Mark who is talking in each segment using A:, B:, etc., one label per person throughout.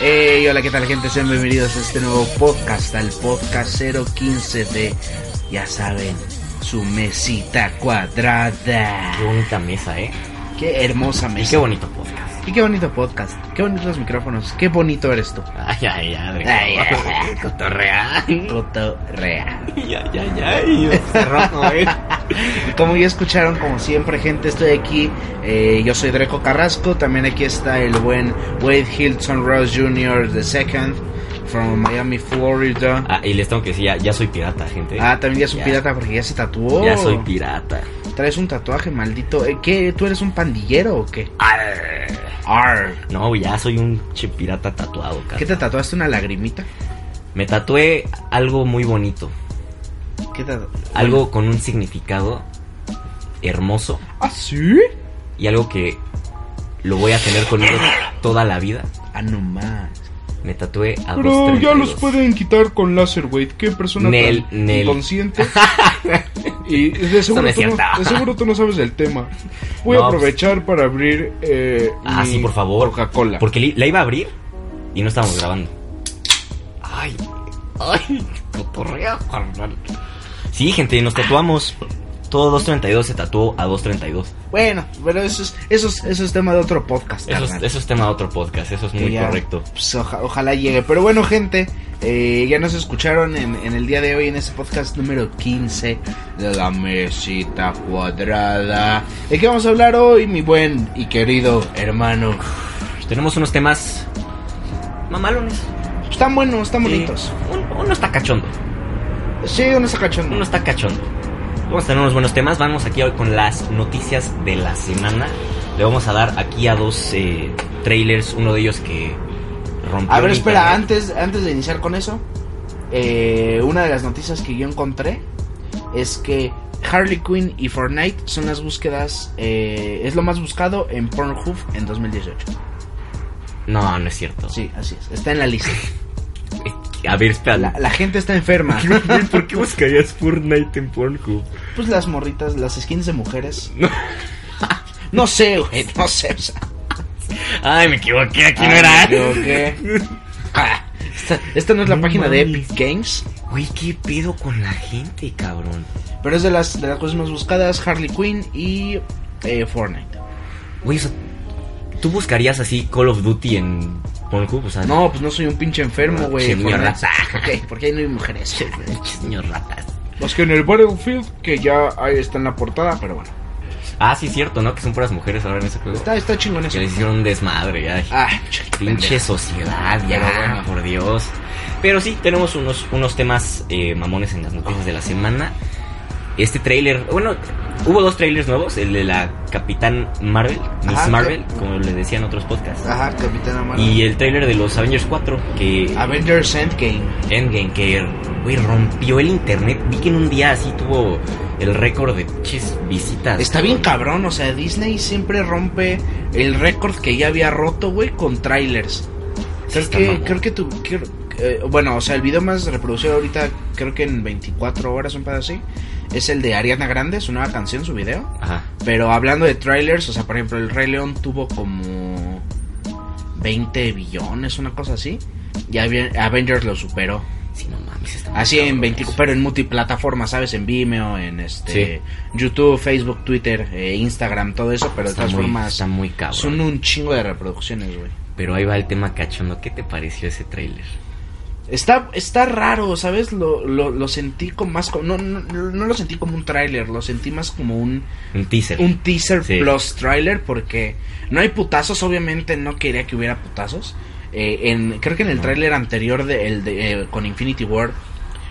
A: Hey, hola, ¿qué tal gente? Sean bienvenidos a este nuevo podcast, al podcast 015 de, ya saben, su mesita cuadrada.
B: Qué bonita mesa, ¿eh?
A: Qué hermosa
B: Y
A: mesa.
B: qué bonito podcast.
A: Y qué bonito podcast, qué bonitos micrófonos, qué bonito eres tú.
B: Ay, ay, ay.
A: Ay, ay, ay.
B: Cotorrea. Ay,
A: Cotorrea.
B: ay, ay, ay. Este rojo, ¿eh?
A: Como ya escucharon, como siempre, gente, estoy aquí. eh, yo soy Dreco Carrasco. También aquí está el buen Wade Hilton Ross Jr. II from Miami, Florida.
B: Ah, y les tengo que decir, ya, ya soy pirata, gente.
A: Ah, también ya es un
B: Ya. Oh.
A: pirata porque ya se tatuó.
B: Ya soy pirata.
A: Traes un tatuaje, maldito. Eh, ¿Qué? ¿Tú eres un pandillero o qué?
B: Arr.
A: Arr.
B: No, ya soy un che pirata tatuado, cara.
A: ¿Qué te tatuaste? ¿Una lagrimita?
B: Me tatué algo muy bonito.
A: ¿Qué te
B: Algo con un significado hermoso.
A: ¿Ah, sí?
B: Y algo que lo voy a tener conmigo toda la vida.
A: Ah, no más.
B: Me tatué a dos
A: quitar con láser, Wade. ¿Qué persona
B: Nel, tan Nel.
A: inconsciente? y de
B: seguro no es tú no- cierto. de seguro
A: tú no sabes del tema.
B: Voy a No, pues-
A: aprovechar para abrir eh,
B: Ah, sí, por favor.
A: Coca-Cola.
B: Porque li- la iba a abrir y no estábamos grabando. Ay, ay, cotorrea, carnal. Sí, gente, nos tatuamos. Todo 232 se tatuó a 232.
A: Bueno, pero eso es, eso, es, eso es tema de otro podcast.
B: Eso es,
A: carnal.
B: eso es tema de otro podcast, eso es
A: Que
B: muy
A: ya,
B: correcto.
A: pues, oja- ojalá llegue. Pero bueno, gente, eh, ya nos escucharon en, en el día de hoy en este podcast número 15 de la mesita cuadrada. ¿De qué vamos a hablar hoy, mi buen y querido hermano?
B: Pues Tenemos unos temas mamalones.
A: Están buenos, están bonitos.
B: Sí, un- uno está cachondo,
A: Sí, uno está cachondo.
B: uno está cachondo. Vamos a tener unos buenos temas, vamos aquí hoy con las noticias de la semana. Le vamos a dar aquí a dos eh, trailers, uno de ellos que rompió...
A: A ver,
B: el
A: espera,
B: internet.
A: antes, antes de iniciar con eso, eh, una de las noticias que yo encontré es que Harley Quinn y Fortnite son las búsquedas, eh, es lo más buscado en Pornhub en 2018.
B: No, no es cierto.
A: Sí, así es, está en la lista.
B: A ver, espera.
A: La, la gente está enferma.
B: ¿Por qué buscarías Fortnite en Pornhub?
A: Pues las morritas, las skins de mujeres. No sé, güey, no sé. o sea.
B: Ay, me equivoqué, aquí no
A: Ay,
B: era.
A: me equivoqué. Ah, Esta, esta no es la
B: No
A: página de
B: mames.
A: Epic Games,
B: Güey, ¿qué pedo con la gente, cabrón?
A: pero es de las, de las cosas más buscadas, Harley Quinn y eh, Fortnite.
B: Güey, o sea, ¿tú buscarías así Call of Duty en Pornhub? O sea,
A: No, pues no soy un pinche enfermo, güey.
B: Pinche niño
A: Fortnite.
B: rata.
A: Ok, porque ahí no hay mujeres.
B: pinches niños ratas.
A: Los que en el Battlefield, que ya ahí está en la portada, pero bueno.
B: Ah, sí, cierto, ¿no? Que son puras mujeres ahora en ese juego.
A: Está, está chingón eso.
B: Que les hicieron un desmadre, ay.
A: Ah, chiquito,
B: Pinche
A: pendejo.
B: sociedad, ya,
A: Pero bueno.
B: por Dios. Pero sí, tenemos unos, unos temas eh, mamones en las noticias de la semana. Este tráiler, bueno, hubo dos trailers nuevos, el de la Capitán Marvel, Miss
A: Ajá,
B: Marvel,
A: que-
B: como le decían otros podcasts,
A: Ajá, Capitana Marvel.
B: y el tráiler de los Avengers 4, que
A: Ah. Avengers Endgame.
B: Endgame, que güey, rompió el internet. Vi que en un día así tuvo el récord de chis visitas.
A: Está bien cabrón, o sea, Disney siempre rompe el récord que ya había roto, güey, con trailers.
B: Sí,
A: Creo
B: está
A: que,
B: mamón.
A: creo que tu... creo- eh, bueno, o sea, el video más reproducido ahorita, creo que en 24 horas, un pedo así, es el de Ariana Grande, su nueva canción, su video.
B: Ajá.
A: Pero hablando de trailers, o sea, por ejemplo, el Rey León tuvo como 20 billones, una cosa así. Y Aven- Avengers lo superó.
B: Sí, no mames, está muy
A: Así en
B: cabrón
A: 20,
B: eso.
A: pero en multiplataformas, ¿sabes? En Vimeo, en este YouTube, Facebook, Twitter, eh, Instagram, todo eso, pero de
B: Está
A: todas
B: muy,
A: formas
B: está muy cabrón.
A: son un chingo de reproducciones, güey.
B: Pero ahí va el tema cachondo. ¿Qué te pareció ese tráiler?
A: Está, está raro, ¿sabes? Lo, lo, lo sentí como más como, no, no, no lo sentí como un tráiler, lo sentí más como un,
B: Un teaser.
A: un teaser
B: Sí.
A: plus tráiler porque no hay putazos, obviamente no quería que hubiera putazos. Eh, en, creo que en el
B: No.
A: tráiler anterior de, el de, eh, con Infinity War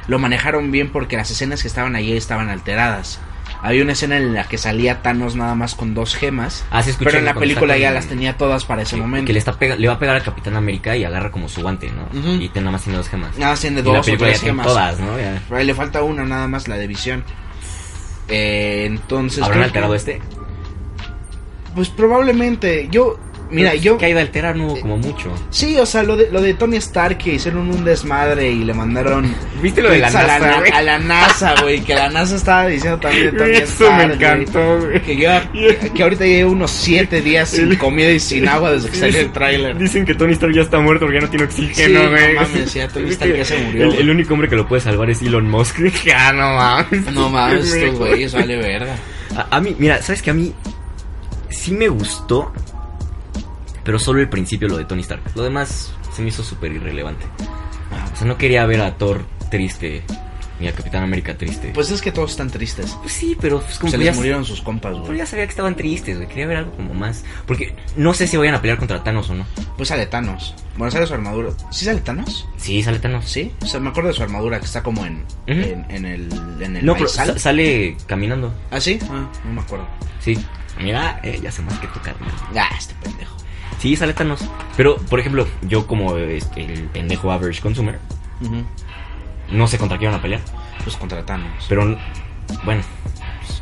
A: lo manejaron bien porque las escenas que estaban allí estaban alteradas. Había una escena en la que salía Thanos nada más con dos gemas,
B: Ah, sí, escuché
A: pero en la
B: cuando
A: película
B: sacan-
A: ya las tenía todas para ese
B: que-
A: momento.
B: Que le, está pega- le va a pegar al Capitán América y agarra como su guante, ¿no?
A: Ujú.
B: Y te nada más tiene dos gemas.
A: Nada más tiene
B: y la
A: dos o
B: película
A: tres
B: ya tiene
A: gemas.
B: todas, ¿no? Ya.
A: Pero ahí le falta una nada más, la de visión. Eh, entonces...
B: ¿Habrán
A: creo que-
B: alterado este?
A: Pues probablemente. Yo Mira, yo.
B: Que ahí de alterar no hubo como mucho.
A: Sí, o sea, lo de, lo de Tony Stark que hicieron un desmadre y le mandaron.
B: ¿Viste lo de la
A: tweets a
B: NASA, güey?
A: a la NASA, güey. Que la NASA estaba diciendo también de Tony
B: Eso
A: Stark. güey.
B: me encantó, güey.
A: Que, lleva- que ahorita lleva unos 7 días sin comida y sin agua desde que salió el tráiler.
B: Dicen que Tony Stark ya está muerto porque ya no tiene
A: Sí,
B: oxígeno,
A: no
B: güey.
A: mames, ya Tony Stark ya se murió,
B: El,
A: güey.
B: el único hombre que lo puede salvar es Elon Musk. ah, no mames.
A: No mames, estos
B: Mira,
A: güeyes vale verga.
B: A, a mí, mira, ¿sabes que A mí sí me gustó, pero solo el principio lo de Tony Stark. Lo demás se me hizo súper irrelevante. Ah, O sea, no quería ver a Thor triste, ni a Capitán América triste.
A: Pues es que todos están tristes.
B: Pues sí, pero es como
A: Se
B: que
A: les
B: ya-
A: murieron sus compas,
B: Pero
A: güey.
B: ya sabía que estaban tristes, güey. Quería ver algo como más. Porque no sé si vayan a pelear contra Thanos o no.
A: Pues sale Thanos. Bueno, sale su armadura. ¿Sí sale Thanos?
B: Sí, sale Thanos.
A: Sí. O sea, me acuerdo de su armadura que está como en,
B: Ujú.
A: en, en el, en el
B: No, pero
A: maizal.
B: sa- sale caminando.
A: ¿Ah, sí? Ah, no me acuerdo.
B: Sí. Mira, eh, ya sé más que tu carnal.
A: Ah, este pendejo.
B: Sí, sale Thanos. Pero, por ejemplo, yo como eh, el pendejo average consumer,
A: Ujú.
B: no sé contra qué van a pelear.
A: Pues contra Thanos.
B: Pero, n- bueno. pues,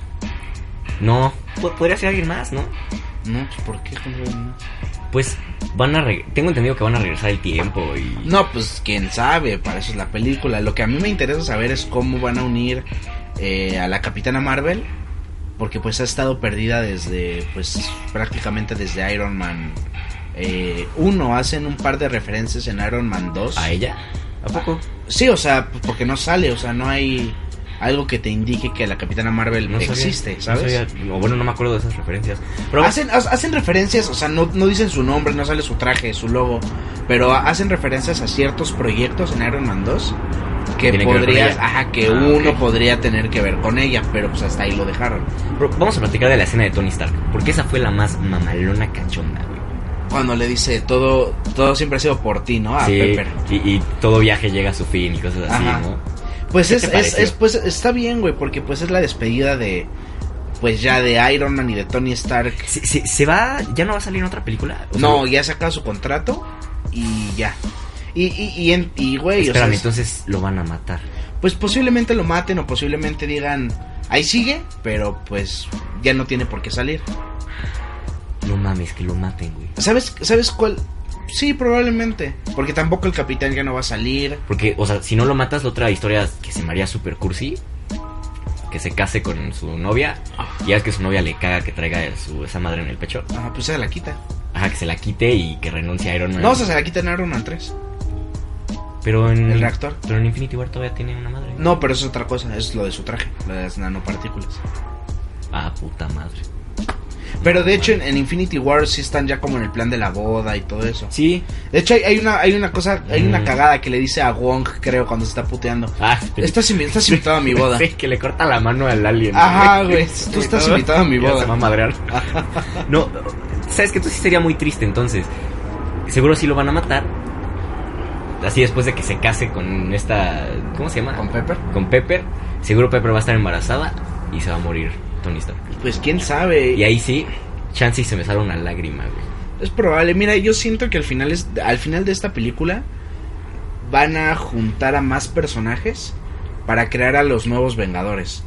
B: No. Po- Podría ser alguien más, ¿no?
A: No, pues ¿por qué? contra Thanos?
B: Pues van a... reg- Tengo entendido que van a regresar el tiempo y...
A: No, pues quién sabe, para eso es la película. Lo que a mí me interesa saber es cómo van a unir eh, a la Capitana Marvel. Porque pues ha estado perdida desde, pues prácticamente desde Iron Man eh, 1. Hacen un par de referencias en Iron Man 2.
B: ¿A ella? ¿A poco?
A: Sí, o sea, pues, porque no sale, o sea, no hay algo que te indique que la Capitana Marvel
B: No sabía,
A: existe,
B: no
A: ¿sabes?
B: sabía. O bueno, no me acuerdo de esas referencias. Pero
A: hacen, ha- hacen referencias, o sea, no, no dicen su nombre, no sale su traje, su logo, pero ha- hacen referencias a ciertos proyectos en Iron Man 2 que
B: Tienen que ver con
A: podrías,
B: ella.
A: ajá, que
B: Ah,
A: uno
B: ok.
A: podría tener que ver con ella, pero pues hasta ahí lo dejaron.
B: Pero vamos a platicar de la escena de Tony Stark, porque esa fue la más mamalona cachonda, güey.
A: Cuando le dice todo, todo siempre ha sido por ti, ¿no? A
B: sí,
A: Pepper.
B: y, y todo viaje llega a su fin y cosas así,
A: Ajá.
B: ¿no?
A: Pues
B: ¿Qué
A: es,
B: te
A: es,
B: pareció?
A: es- pues está bien, güey, porque pues es la despedida de, pues ya de Iron Man y de Tony Stark.
B: ¿Se, se, se va? ¿Ya no va a salir en otra película? O sea,
A: No, ya ha sacado su contrato y ya. Y, y, y, en- y, güey, o sea,
B: Espérame,
A: es-
B: entonces lo van a matar.
A: pues posiblemente lo maten o posiblemente digan, ahí sigue, pero pues ya no tiene por qué salir.
B: No mames, que lo maten, güey.
A: ¿Sabes, ¿sabes cuál? Sí, probablemente, porque tampoco el capitán ya no va a salir.
B: Porque, o sea, si no lo matas, la otra historia que se maría super cursi, que se case con su novia, y ya es que su novia le caga que traiga su, esa madre en el pecho.
A: Ah, pues se la quita.
B: Ajá, que se la quite y que renuncie a Iron Man.
A: No, o sea, se la quita en Iron Man 3.
B: Pero en
A: El reactor.
B: Pero en Infinity War todavía tiene una madre.
A: No, pero eso es otra cosa, es lo de su traje, lo de las nanopartículas.
B: Ah, puta madre.
A: Pero de hecho en, en Infinity War sí están ya como en el plan de la boda y todo eso.
B: Sí.
A: De hecho hay, hay una hay una cosa, hay una
B: Mm.
A: cagada que le dice a Wong, creo, cuando se está puteando.
B: Ah,
A: Estás, invi- estás invitado a mi boda.
B: Sí, que le corta la mano al alien.
A: Ajá, güey. Tú estás invitado a mi
B: Ya
A: boda.
B: se va a madrear. No, sabes que tú sí sería muy triste entonces. Seguro sí lo van a matar. Así después de que se case con esta. ¿Cómo se llama?
A: ¿Con Pepper?
B: Con Pepper. Seguro Pepper va a estar embarazada y se va a morir Tony Stark.
A: Pues quién sabe.
B: Y ahí sí, chance y se me sale una lágrima, güey.
A: Es probable. Mira, yo siento que al final, es, al final de esta película van a juntar a más personajes para crear a los nuevos Vengadores.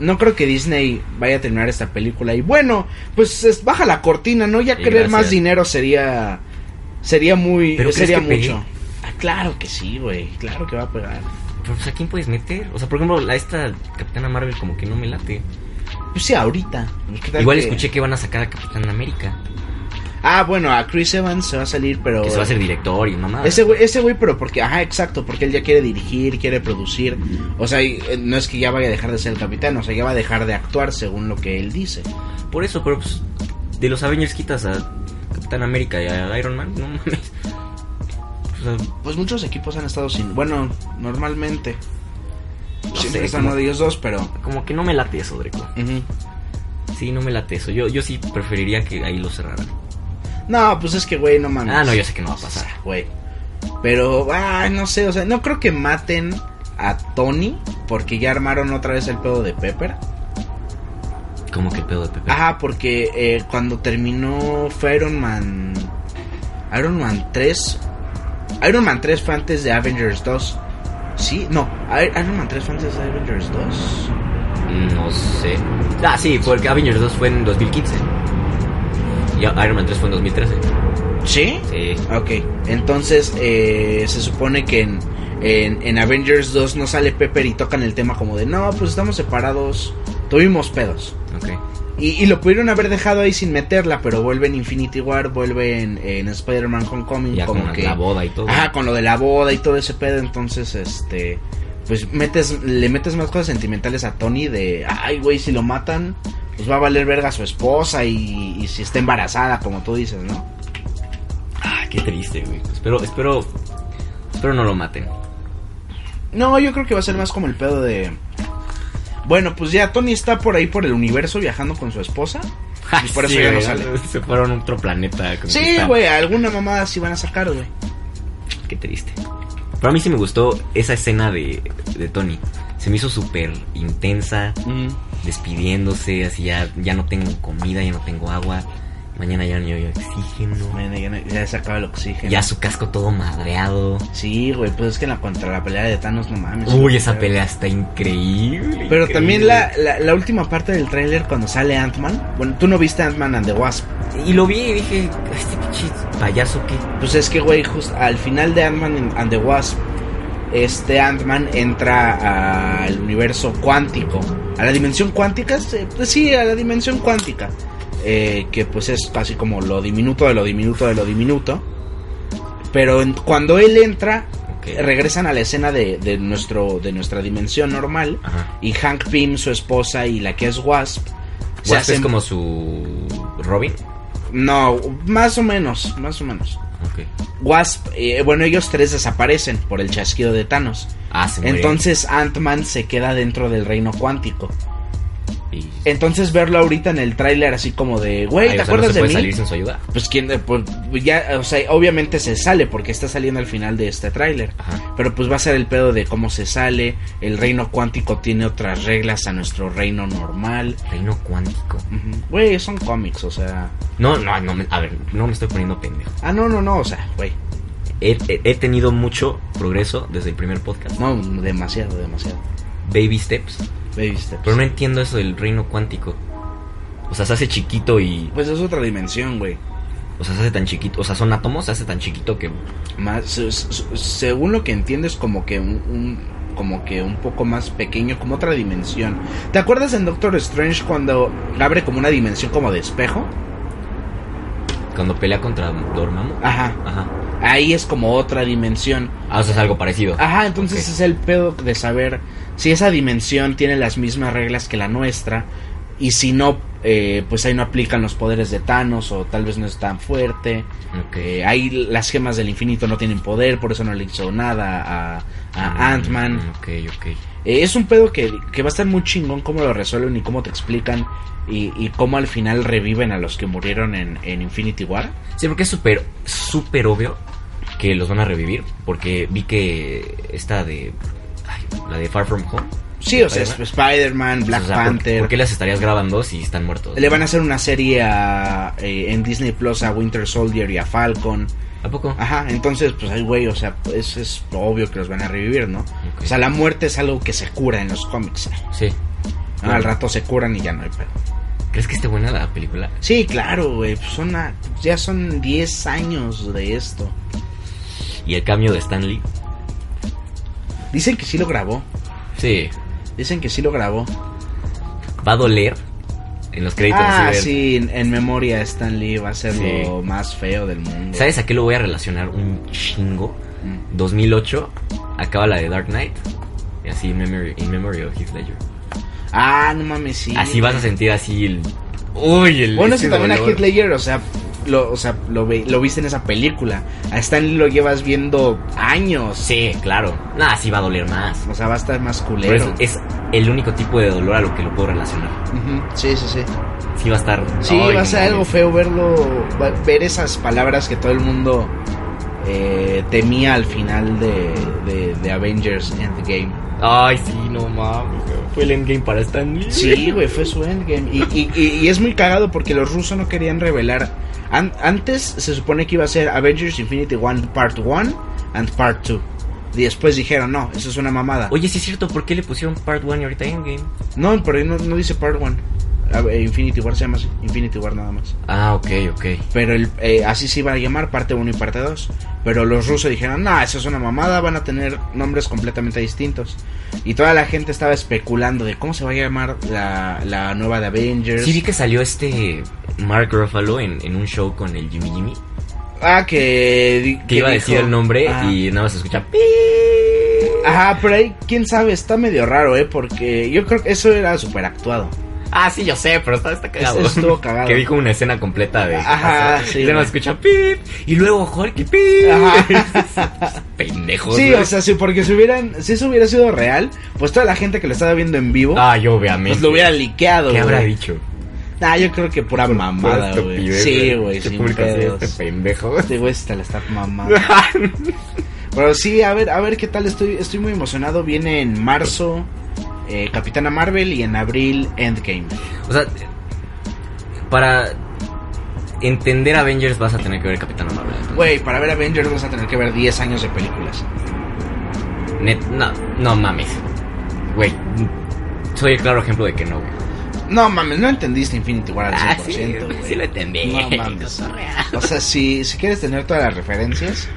A: No creo que Disney vaya a terminar esta película. Y bueno, pues es- baja la cortina, ¿no? Ya
B: Y
A: querer más
B: gracias.
A: dinero sería. Sería muy.
B: ¿Pero crees
A: sería
B: que pegue?
A: mucho. Ah, claro que sí, güey. Claro que va a pegar.
B: Pero pues a quién puedes meter? O sea, por ejemplo, la esta Capitana Marvel como que no me late.
A: Pues sí, ahorita. Pues, ¿qué tal
B: Igual
A: que-
B: escuché que van a sacar a Capitán América.
A: Ah, bueno, a Chris Evans se va a salir, pero.
B: Que se va a ser director y mamá.
A: Ese güey, ese güey, pero porque, ajá, exacto, porque él ya quiere dirigir, quiere producir. O sea, y, eh, no es que ya vaya a dejar de ser el capitán, o sea, ya va a dejar de actuar según lo que él dice.
B: Por eso, pero pues, de los Avengers quitas a Capitán América y a Iron Man, no mames. O sea,
A: Pues muchos equipos han estado sin. Bueno, normalmente. Siempre
B: sé,
A: está
B: como-
A: uno de ellos dos, pero.
B: como que no me late eso, Dreco.
A: ujú.
B: Sí, no me late eso. Yo, yo sí preferiría que ahí lo cerraran.
A: No, pues es que, güey, no mames.
B: Ah, no, yo sé que no va a pasar.
A: Güey. Pero, ah, no sé, o sea, no creo que maten a Tony, porque ya armaron otra vez el pedo de Pepper.
B: Como que el pedo de Pepe.
A: Ajá, porque eh, cuando terminó fue Iron Man. Iron Man 3. Iron Man 3 fue antes de Avengers 2. Sí, no, I- Iron Man 3 fue antes de Avengers 2.
B: No sé. Ah, sí, porque Avengers 2 fue en 2015. Y Iron Man 3 fue en 2013.
A: ¿Sí?
B: Sí.
A: Ok, entonces eh, se supone que en, en, en Avengers 2 no sale Pepper y tocan el tema como de no, pues estamos separados, tuvimos pedos.
B: Ok.
A: Y, y lo pudieron haber dejado ahí sin meterla, pero vuelven Infinity War, vuelven en, Spider-Man Homecoming,
B: Ya
A: como
B: con
A: que. Ah,
B: la boda y todo.
A: Ajá, con lo de la boda y todo ese pedo, entonces este. Pues metes, le metes más cosas sentimentales a Tony de, ay, güey, si lo matan, pues va a valer verga su esposa y, y si está embarazada, como tú dices, ¿no?
B: Ah, qué triste, güey. Espero, espero, espero no lo maten.
A: No, yo creo que va a ser más como el pedo de. Bueno, pues ya Tony está por ahí por el universo viajando con su esposa. Y por eso Ah, ya no
B: güey,
A: sale.
B: Se fueron a otro planeta. a
A: Sí,
B: conquistar.
A: güey, alguna mamada sí van a sacar, güey.
B: Qué triste. Pero a mí sí me gustó esa escena de, de Tony. Se me hizo súper intensa, despidiéndose, así ya, ya no tengo comida, ya no tengo agua. Mañana ya no hay oxígeno.
A: Bueno, ya, no- ya se acaba el oxígeno.
B: Ya su casco todo madreado.
A: Sí, güey, pues es que en la contra la pelea de Thanos no mames.
B: Uy, esa pelea está increíble.
A: Pero
B: increíble.
A: también la, la, la última parte del tráiler cuando sale Ant-Man. Bueno, tú no viste Ant-Man and the Wasp.
B: Y lo vi y dije, este pinche payaso que...
A: Pues es que, güey, justo al final de Ant-Man and the Wasp, este Ant-Man entra al universo cuántico. A la dimensión cuántica, este, pues sí, a la dimensión cuántica. Eh, que pues es casi como lo diminuto de lo diminuto de lo diminuto. Pero en- cuando él entra, eh, regresan a la escena de, de nuestro, de nuestra dimensión normal.
B: Ajá.
A: Y Hank Pym, su esposa y la que es Wasp. se
B: Wasp es
A: hacen-
B: como su Robin.
A: No, más o menos, más o menos.
B: Ok.
A: Wasp, eh, bueno, ellos tres desaparecen por el chasquido de Thanos.
B: Ah, se muere.
A: Entonces Ant-Man se queda dentro del reino cuántico.
B: Y-
A: Entonces verlo ahorita en el tráiler así como de,
B: Ay,
A: güey, ¿te
B: o sea, no
A: acuerdas
B: se
A: de
B: puede
A: mí?
B: salir sin su ayuda.
A: Pues quién, eh, pues, ya, o sea, obviamente se sale porque está saliendo al final de este tráiler.
B: Ajá.
A: Pero pues va a ser el pedo de cómo se sale. El reino cuántico tiene otras reglas a nuestro reino normal.
B: Reino cuántico.
A: Ujú. Güey, son cómics, o sea.
B: No, no, no, me- a ver, no me estoy poniendo pendejo.
A: Ah, no, no, no, o sea, güey.
B: He, he- he tenido mucho progreso desde el primer podcast.
A: No, demasiado, demasiado.
B: Baby steps.
A: Baby steps.
B: Pero no entiendo eso del reino cuántico. O sea, se hace chiquito y...
A: Pues es otra dimensión, güey.
B: O sea, se hace tan chiquito. O sea, son átomos, se hace tan chiquito que...
A: más se- se- según lo que entiendes como que un, un- como que un poco más pequeño como otra dimensión te acuerdas en Doctor Strange cuando abre como una dimensión como de espejo
B: Cuando pelea contra Dormammu.
A: ajá
B: Ajá.
A: ahí es como otra dimensión
B: Ah, o sea, es algo parecido.
A: ajá entonces
B: Ok.
A: es el pedo de saber si esa dimensión tiene las mismas reglas que la nuestra y si no eh, pues ahí no aplican los poderes de Thanos o tal vez no es tan fuerte
B: Ok.
A: Eh, ahí las gemas del infinito no tienen poder por eso no le hizo nada a, a Ah, Ant-Man
B: Mm, Ok, ok.
A: Eh, es un pedo que, que va a estar muy chingón cómo lo resuelven y cómo te explican y, y cómo al final reviven a los que murieron en, en Infinity War.
B: Sí, porque es súper, súper obvio que los van a revivir. Porque vi que esta de... ay, la de Far From Home.
A: Sí, o sea, es- Spider-man, Black
B: O sea, ¿por-
A: Panther.
B: ¿por, qué las estarías grabando si están muertos?
A: Le van a hacer una serie a, eh, en Disney Plus a Winter Soldier y a Falcon.
B: ¿A poco?
A: Ajá, entonces, pues ay, güey, o sea, es, es obvio que los van a revivir, ¿no?
B: Ok.
A: O sea, la muerte es algo que se cura en los cómics. ¿no?
B: Sí.
A: Al rato se curan y ya no hay pedo.
B: ¿Crees que esté buena la película?
A: Sí, claro, güey, pues son una- ya son 10 años de esto.
B: ¿Y el cambio de Stanley?
A: Dicen que sí lo grabó.
B: Sí.
A: Dicen que sí lo grabó.
B: ¿Va a doler? En los créditos.
A: Ah,
B: así de-
A: sí, en, en memoria Stan Lee va a ser
B: eh. Sí.
A: lo más feo del mundo.
B: ¿Sabes a qué lo voy a relacionar un chingo?
A: Mm.
B: 2008, acaba la de Dark Knight. Y así, In Memory, in memory of Heath Ledger.
A: Ah, no mames, sí.
B: Así vas a sentir así el... Uy, el...
A: Bueno, es
B: ese
A: que también
B: dolor.
A: a Heath Ledger, o sea, lo, o sea lo, ve- lo viste en esa película. A Stan Lee lo llevas viendo años.
B: Sí, claro. Nah, sí va a doler más.
A: O sea, va a estar más
B: Pero es,
A: culero.
B: es el único tipo de dolor a lo que lo puedo relacionar.
A: Ujú, Sí, sí, sí.
B: Sí va a estar...
A: Sí,
B: eh, Ay,
A: va a
B: no
A: ser algo
B: mames.
A: feo verlo, va- ver esas palabras que todo el mundo eh, temía al final de, de, de Avengers Endgame.
B: Ay, sí, no mames. Fue el endgame para Stan Lee.
A: Sí, güey, fue su endgame. Y, y- y- y es muy cagado porque los rusos no querían revelar. An- antes se supone que iba a ser Avengers Infinity One Part 1 and Part 2. Y después dijeron, no, eso es una mamada.
B: Oye, sí es cierto, ¿por qué le pusieron Part 1 y ahorita Endgame?
A: No, pero ahí no, no dice Part 1. A ver, Infinity War se llama así, Infinity War nada más.
B: Ah, ok, ok.
A: Pero el, eh, así se iba a llamar parte 1 y parte 2. Pero los rusos dijeron, no, eso es una mamada, van a tener nombres completamente distintos. Y toda la gente estaba especulando de cómo se va a llamar la, la nueva de Avengers.
B: Sí vi que salió este Mark Ruffalo en, en un show con el Jimmy Jimmy.
A: Ah, que... di-
B: Que iba a decir
A: dijo-
B: el nombre
A: Ah.
B: y nada más se escucha... "Pi".
A: Ajá, pero ahí, quién sabe, está medio raro, ¿eh? Porque yo creo que eso era súper actuado.
B: Ah, sí, yo sé, pero está, está cagado.
A: Es- estuvo cagado.
B: Que dijo una escena completa de...
A: Ajá, sí,
B: Y nada
A: güey.
B: más escucha... Pip, y luego Hulk y... Pip. Pendejo.
A: Sí, o sea, sí, porque si hubieran, si eso hubiera sido real, pues toda la gente que lo estaba viendo en vivo,
B: Ah, yo obviamente.
A: pues lo hubiera liqueado,
B: ¿Qué habrá
A: güey.
B: dicho?
A: Ah, yo creo que pura mamada,
B: Pura
A: güey.
B: estupidez,
A: Sí, güey,
B: Este
A: sin
B: público así,
A: pedos.
B: este pendejo.
A: Este güey se la está mamando.
B: Ah,
A: Pero sí, a ver, a ver qué tal, estoy, estoy muy emocionado. Viene en marzo eh, Capitana Marvel y en abril Endgame.
B: O sea, para entender Avengers vas a tener que ver Capitán Marvel. entonces.
A: Güey, para ver Avengers vas a tener que ver 10 años de películas.
B: Net- no, no mames. Güey, soy el claro ejemplo de que no, güey.
A: No mames, no entendiste Infinity War al 100%.
B: Ah, sí,
A: güey.
B: sí lo entendí.
A: No mames.
B: Cotorrea.
A: O sea, si, si quieres tener todas las referencias,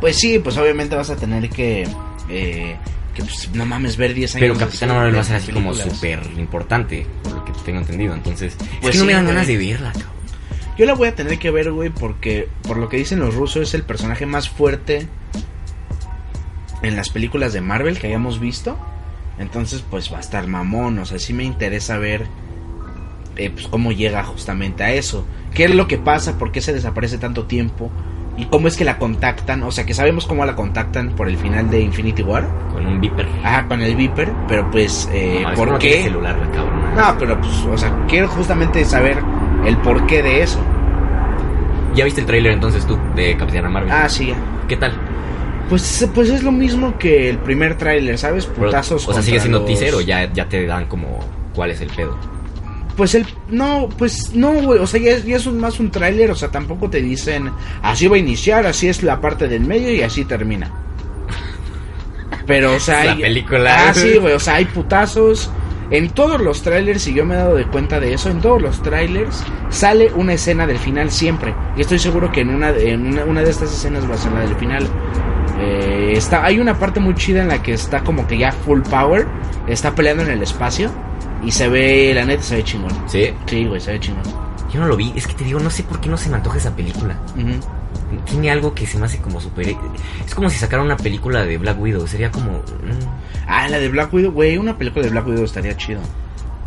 A: pues sí, pues obviamente vas a tener que. eh, que pues, no mames, ver 10 años.
B: Pero
A: de
B: Capitán
A: cine,
B: Marvel va a
A: de
B: ser así como
A: películas.
B: súper importante, por lo que tengo entendido. Entonces, es
A: Pues
B: que no
A: sí,
B: me dan
A: güey.
B: ganas de verla, cabrón.
A: Yo la voy a tener que ver, güey, porque por lo que dicen los rusos es el personaje más fuerte en las películas de Marvel que hayamos visto. Entonces, pues va a estar mamón. O sea, sí me interesa ver eh, pues, cómo llega justamente a eso. ¿Qué es lo que pasa? ¿Por qué se desaparece tanto tiempo? ¿Y cómo es que la contactan? O sea, que sabemos cómo la contactan por el final de Infinity War.
B: Con un viper. Ah,
A: Ajá, con el Viper. Pero pues, eh,
B: No, es que
A: ¿por
B: no
A: qué?
B: tiene celular, la cabrona.
A: No, pero pues, o sea, quiero justamente saber el porqué de eso.
B: ¿Ya viste el tráiler entonces tú de Capitán Marvel?
A: Ah, sí, ya.
B: ¿Qué tal?
A: Pues, pues es lo mismo que el primer tráiler, ¿sabes?
B: Pero,
A: Putazos.
B: o sea, sigue
A: contra
B: siendo
A: los-
B: teaser o ya, ya te dan como cuál es el pedo.
A: Pues el... No, pues no, güey. O sea, ya es, ya es un- más un tráiler. O sea, tampoco te dicen, así va a iniciar, así es la parte del medio y así termina. Pero, o sea...
B: La
A: hay-
B: película.
A: Ah, sí, güey. O sea, hay putazos. En todos los trailers, y yo me he dado de cuenta de eso, en todos los trailers sale una escena del final siempre. Y estoy seguro que en una, en una, una de estas escenas va a ser la del final. Eh, está, hay una parte muy chida en la que está como que ya full power, está peleando en el espacio y se ve, la neta, se ve chingón.
B: Sí.
A: Sí, güey, se ve chingón.
B: Yo no lo vi, es que te digo, no sé por qué no se me antoja esa película.
A: Ujú.
B: Tiene algo que se me hace como super... Es como si sacaran una película de Black Widow, sería como... mm,
A: Ah, la de Black Widow, güey, una película de Black Widow estaría chido.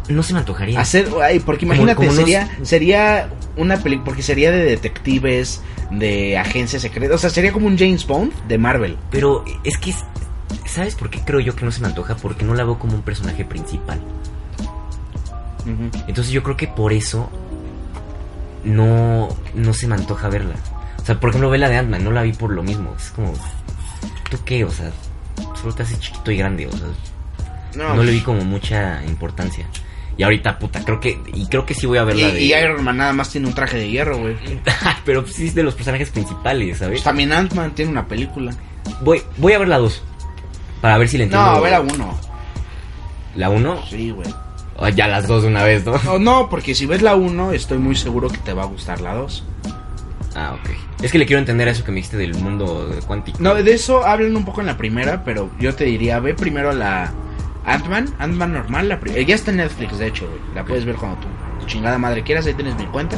B: no se me antojaría.
A: Hacer, ay, porque
B: Como-
A: imagínate,
B: como unos-
A: sería, sería una película, porque sería de detectives, de agencias secretas, o sea, sería como un James Bond de Marvel.
B: Pero es que... es- ¿Sabes por qué creo yo que no se me antoja? Porque no la veo como un personaje principal. Entonces yo creo que por eso no, no se me antoja verla. O sea, por ejemplo, ve la de Ant-Man, no la vi por lo mismo. Es como, ¿tú qué? O sea, solo te haces chiquito y grande. O sea, no,
A: pues.
B: le vi como mucha importancia. Y ahorita, puta, creo que. Y creo que sí voy a ver
A: y,
B: la de.
A: y Iron Man nada más tiene un traje de hierro, güey.
B: Pero sí es de los personajes principales, ¿sabes?
A: Pues también Ant-Man tiene una película.
B: Voy, voy a ver la 2. Para ver si le
A: No,
B: entiendo.
A: a ver a uno.
B: La 1.
A: Sí, güey.
B: ya las dos de una vez, ¿no?
A: No, no, porque si ves la 1, estoy muy seguro que te va a gustar la 2.
B: Ah, ok. Es que le quiero entender a eso que me dijiste del mundo cuántico.
A: No, de eso hablan un poco en la primera, pero yo te diría, ve primero la Ant-Man, Ant-Man normal, la pri- eh, ya está en Netflix, de hecho, güey. La puedes ver cuando tú chingada madre quieras, ahí tienes mi cuenta.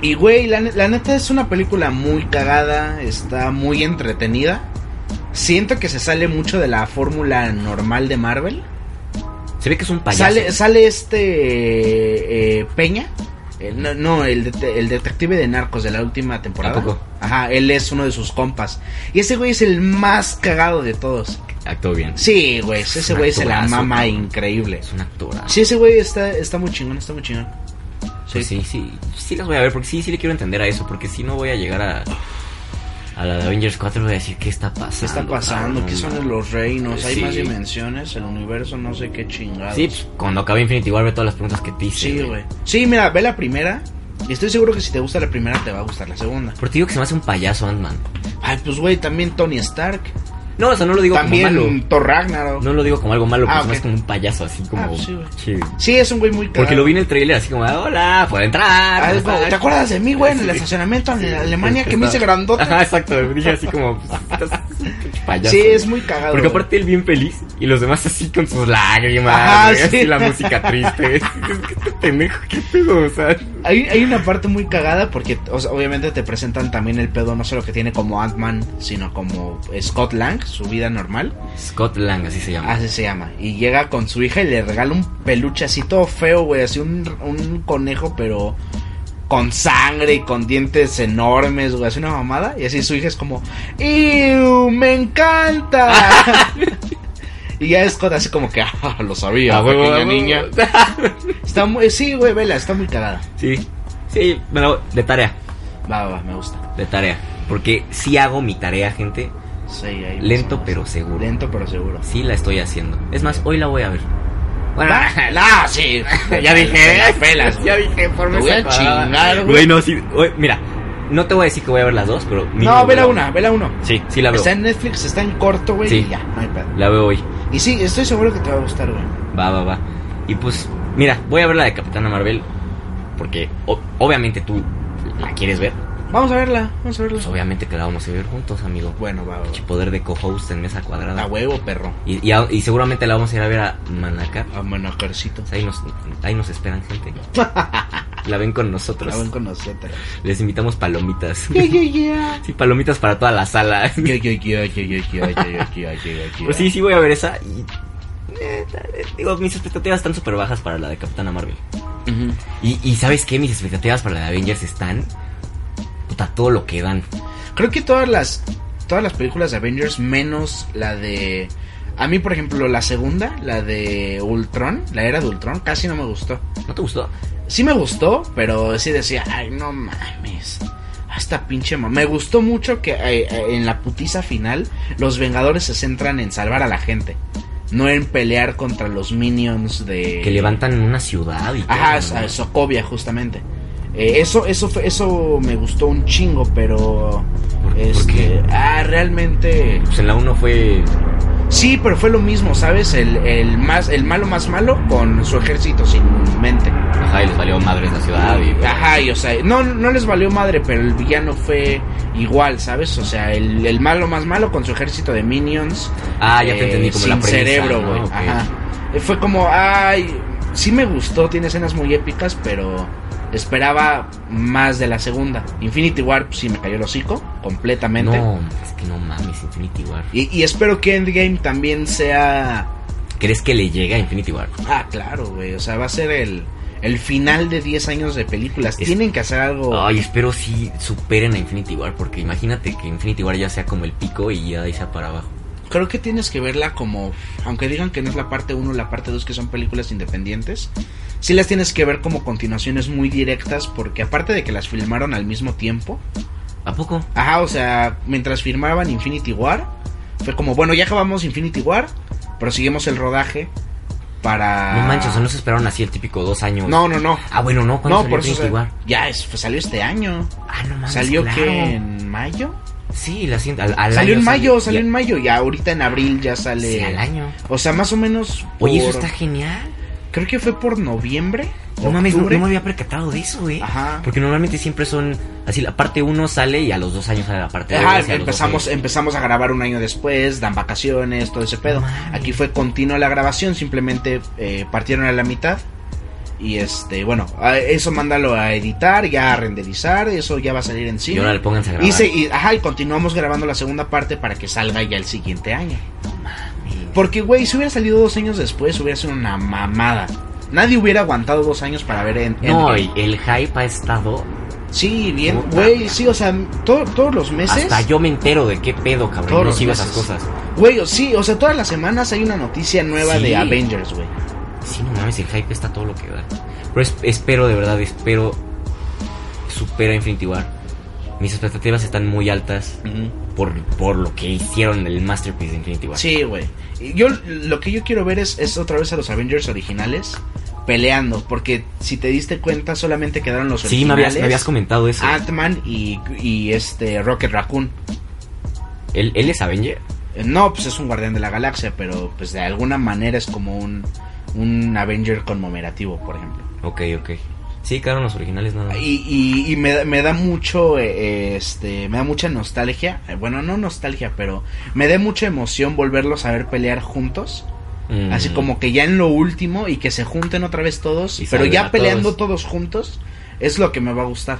A: Y güey, la, ne- la neta es una película muy cagada, está muy entretenida. Siento que se sale mucho de la fórmula normal de Marvel.
B: Se ve que es un payaso.
A: Sale, sale este eh, Peña. Eh, no, no, el, dete- el detective de narcos de la última temporada.
B: ¿A poco?
A: Ajá, él es uno de sus compas. Y ese güey es el más cagado de todos.
B: Actuó bien.
A: Sí, güey, ese güey se la
B: Actorazo,
A: mama
B: cabrón.
A: increíble.
B: Es una actora.
A: Sí, ese güey está, está muy chingón, está muy chingón.
B: Pues sí, sí, sí las voy a ver porque sí, sí le quiero entender a eso, porque si no voy a llegar a a la de Avengers 4 voy a decir qué está pasando.
A: ¿Qué está pasando?
B: cabrón?
A: ¿Qué son los reinos? ¿Hay
B: Sí.
A: más dimensiones? ¿El universo? No sé qué chingados.
B: Sí, pues, cuando acabe Infinity War ve todas las preguntas que te hice.
A: Sí, güey. Sí, mira, ve la primera. Y estoy seguro que si te gusta la primera, te va a gustar la segunda.
B: Pero te digo que se me hace un payaso Ant-Man.
A: Ay, pues güey, también Tony Stark.
B: No, o sea, no lo digo
A: También
B: como malo.
A: Thor Ragnarok.
B: No lo digo como algo malo,
A: Ah,
B: pero
A: ok.
B: más como un payaso, así como.
A: Ah, pues sí, güey.
B: Sí.
A: Sí, es un güey muy
B: Porque
A: cagado.
B: lo vi en el trailer así como, hola, puedo entrar.
A: Ah,
B: ¿cómo
A: es como,
B: estás?
A: ¿Te acuerdas de mí, güey, en el
B: Sí.
A: estacionamiento en Alemania
B: Sí,
A: que me
B: está.
A: hice grandote?
B: Ajá, exacto. me Dije así como, pues, estás un pinche payaso.
A: Sí,
B: güey.
A: es muy cagado.
B: Porque
A: güey.
B: aparte él bien feliz y los demás así con sus lágrimas,
A: Ajá,
B: güey,
A: sí.
B: así la música triste. Es que este pendejo, qué pedo, o sea.
A: Hay, hay una parte muy cagada porque o sea, obviamente te presentan también el pedo, no solo que tiene como Ant-Man, sino como Scott Lang, su vida normal.
B: Scott Lang, así se llama.
A: Así se llama. Y llega con su hija y le regala un peluche así todo feo, güey. Así un, un conejo, pero con sangre y con dientes enormes, güey. Así una mamada. Y así su hija es como, ¡Ew! ¡Me encanta! y ya Scott así como que, ¡Ah! Lo sabía,
B: Ah, huevo,
A: pequeña
B: huevo.
A: niña. Está muy, sí, güey, vela, está muy cagada.
B: Sí, sí, me la voy- de tarea,
A: Va, va, va, me gusta.
B: de tarea. Porque sí hago mi tarea, gente.
A: Sí, ahí más o
B: Lento
A: menos.
B: pero seguro.
A: Lento pero seguro.
B: Sí la estoy haciendo. Es más, hoy la voy a ver. Bueno,
A: Ah, no, sí.
B: ya dije,
A: Las pelas.
B: ya
A: güey.
B: dije, por
A: Te voy a chingar, güey.
B: Güey, no, sí, oye, mira, no te voy a decir que voy a ver las dos, pero. mínimo
A: No,
B: voy a
A: vela
B: ver-
A: una, vela uno.
B: Sí, sí la veo.
A: Está en Netflix, está en corto, güey,
B: Sí.
A: y ya, no hay pedo.
B: La veo hoy.
A: Y sí, estoy seguro que te va a gustar, güey.
B: Va, va, va. Y pues, mira, voy a ver la de Capitana Marvel. Porque o- obviamente tú la quieres ver.
A: Vamos a verla, vamos a verla.
B: Pues obviamente que la vamos a ver juntos, amigo.
A: Bueno, va, va.
B: Pinche poder de co-host en mesa
A: A
B: cuadrada.
A: huevo, perro.
B: Y, y a- y seguramente la vamos a ir a ver a Manacar.
A: A manocarcito.
B: Ahí nos, ahí nos esperan, gente. La ven con nosotros.
A: La ven con nosotros.
B: Les invitamos palomitas.
A: Yo, yo, yo.
B: Sí, palomitas para toda la sala.
A: Yo, yo, yo, yo, yo, yo, yo, yo, yo, yo, yo.
B: Pues sí, sí voy a ver esa. y- eh, digo, mis expectativas están súper bajas para la de Capitana Marvel.
A: Ujú.
B: Y, y ¿sabes qué? Mis expectativas para la de Avengers están... Puta, todo lo que dan.
A: Creo que todas las todas las películas de Avengers menos la de a mí, por ejemplo, la segunda, la de Ultron, la era de Ultron, casi no me gustó.
B: ¿No te gustó?
A: Sí me gustó, pero sí decía, ay, no mames. Hasta pinche ma-". Me gustó mucho que eh, eh, en la putiza final los Vengadores se centran en salvar a la gente, no en pelear contra los minions de
B: Que levantan una ciudad y todo,
A: Eh, Ajá,
B: ¿no?
A: es- a Sokovia justamente. Eh, eso eso fue- eso me gustó un chingo, pero
B: ¿Por- por
A: este,
B: qué?
A: ah, realmente
B: Pues en la 1 fue...
A: sí, pero fue lo mismo, ¿sabes? El, el más el malo más malo con su ejército sin mente.
B: Ajá, y les valió madres la ciudad y...
A: Ajá, y o sea, no, no les valió madre, pero el villano fue igual, ¿sabes? O sea, el, el malo más malo con su ejército de minions.
B: Ah, ya
A: eh,
B: te entendí, como
A: sin
B: la premisa,
A: cerebro,
B: ¿no?
A: güey.
B: Ok.
A: Ajá. Eh, Fue como, ay, sí me gustó, tiene escenas muy épicas, pero esperaba más de la segunda. Infinity War pues, sí me cayó el hocico, completamente.
B: No, es que no mames, Infinity War.
A: Y, y espero que Endgame también sea...
B: ¿Crees que le llega a Infinity War?
A: Ah, claro, güey. O sea, va a ser el, el final de 10 años de películas.
B: Es-
A: Tienen que hacer algo...
B: Ay, espero sí superen a Infinity War, porque imagínate que Infinity War ya sea como el pico y ya de ahí sea para abajo.
A: Creo que tienes que verla como, aunque digan que no es la parte 1 la parte 2 que son películas independientes, sí las tienes que ver como continuaciones muy directas porque aparte de que las filmaron al mismo tiempo,
B: ¿A poco?
A: ajá, o sea, mientras firmaban Infinity War, fue como, bueno, ya acabamos Infinity War, proseguimos el rodaje para...
B: No manches, o sea, no se esperaron así el típico dos años.
A: No, no, no.
B: Ah, bueno, no, ¿cuándo
A: No,
B: salió
A: por eso o
B: Infinity
A: sea,
B: War?
A: ya es- pues, salió este año.
B: Ah, no mames,
A: salió
B: claro.
A: que en mayo.
B: Sí, la siguiente, al, al
A: salió
B: año
A: en mayo,
B: sale-
A: salió
B: ya-
A: en mayo y ahorita en abril ya sale.
B: Sí, al año.
A: O sea, más o menos.
B: Oye, eso
A: por-
B: está genial.
A: Creo que fue por noviembre.
B: No mames, no,
A: octubre.
B: no me había percatado de eso, eh.
A: Ajá.
B: Porque normalmente siempre son así, la parte 1 sale y a los dos años sale la parte 2.
A: Ajá, empezamos, empezamos a grabar un año después, dan vacaciones, todo ese pedo.
B: Mames.
A: Aquí fue continua la grabación, simplemente eh, partieron a la mitad. Y este, bueno, a- eso mándalo a editar, ya a renderizar, eso ya va a salir en
B: Y
A: cine.
B: ahora le pónganse a grabar.
A: Y se- y- ajá, y continuamos grabando la segunda parte para que salga ya el siguiente año. Porque, güey, si hubiera salido dos años después, hubiera sido una mamada. Nadie hubiera aguantado dos años para ver en.
B: No,
A: Endgame.
B: y el hype ha estado...
A: Sí, bien,
B: Puta.
A: güey, sí, o sea, todo- todos los meses.
B: Hasta yo me entero de qué pedo, cabrón.
A: Todos
B: no
A: los
B: sigo
A: meses.
B: esas cosas.
A: Güey, o- sí, o sea, todas las semanas hay una noticia nueva
B: Sí.
A: de Avengers, güey.
B: Sí, no mames, el hype está todo lo que da. Pero es- espero, de verdad, espero supera Infinity War. Mis expectativas están muy altas por, por lo que hicieron en el Masterpiece de Infinity War.
A: Sí, güey. Y Yo lo que yo quiero ver es, es otra vez a los Avengers originales peleando, porque si te diste cuenta solamente quedaron los
B: Sí, me
A: originales.
B: habías,
A: Ah.
B: me habías comentado eso.
A: Ant-Man y, y este Rocket Raccoon.
B: ¿Él, él es Avenger?
A: eh, no, pues es un guardián de la galaxia, pero pues de alguna manera es como un, un Avenger conmemorativo, por ejemplo.
B: Ok, ok. Sí, claro, los originales nada más.
A: Y, y- y me, me da mucho, eh, este, me da mucha nostalgia, eh, bueno, no nostalgia, pero me da mucha emoción volverlos a ver pelear juntos.
B: Mm.
A: Así como que ya en lo último y que se junten otra vez todos,
B: Y
A: pero
B: salven
A: ya
B: a
A: peleando
B: todos.
A: todos juntos, es lo que me va a gustar.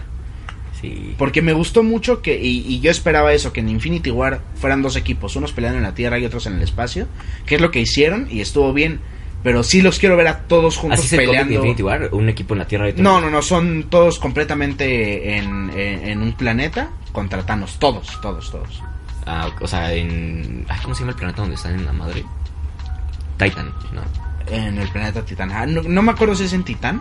B: Sí.
A: Porque me gustó mucho que, y, y yo esperaba eso, que en Infinity War fueran dos equipos, unos peleando en la Tierra y otros en el espacio, que es lo que hicieron y estuvo bien, pero sí los quiero ver a todos juntos
B: Así se pelean
A: peleando.
B: Infinity War, un equipo en la Tierra y otro-
A: No, no, no, son todos completamente en, en- en un planeta contra Thanos, todos, todos, todos.
B: Ah, o sea, en. ay, ¿Cómo se llama el planeta donde están en la madre? Titan, ¿no?
A: En el planeta Titán. Ah, no, no me acuerdo si es en Titán,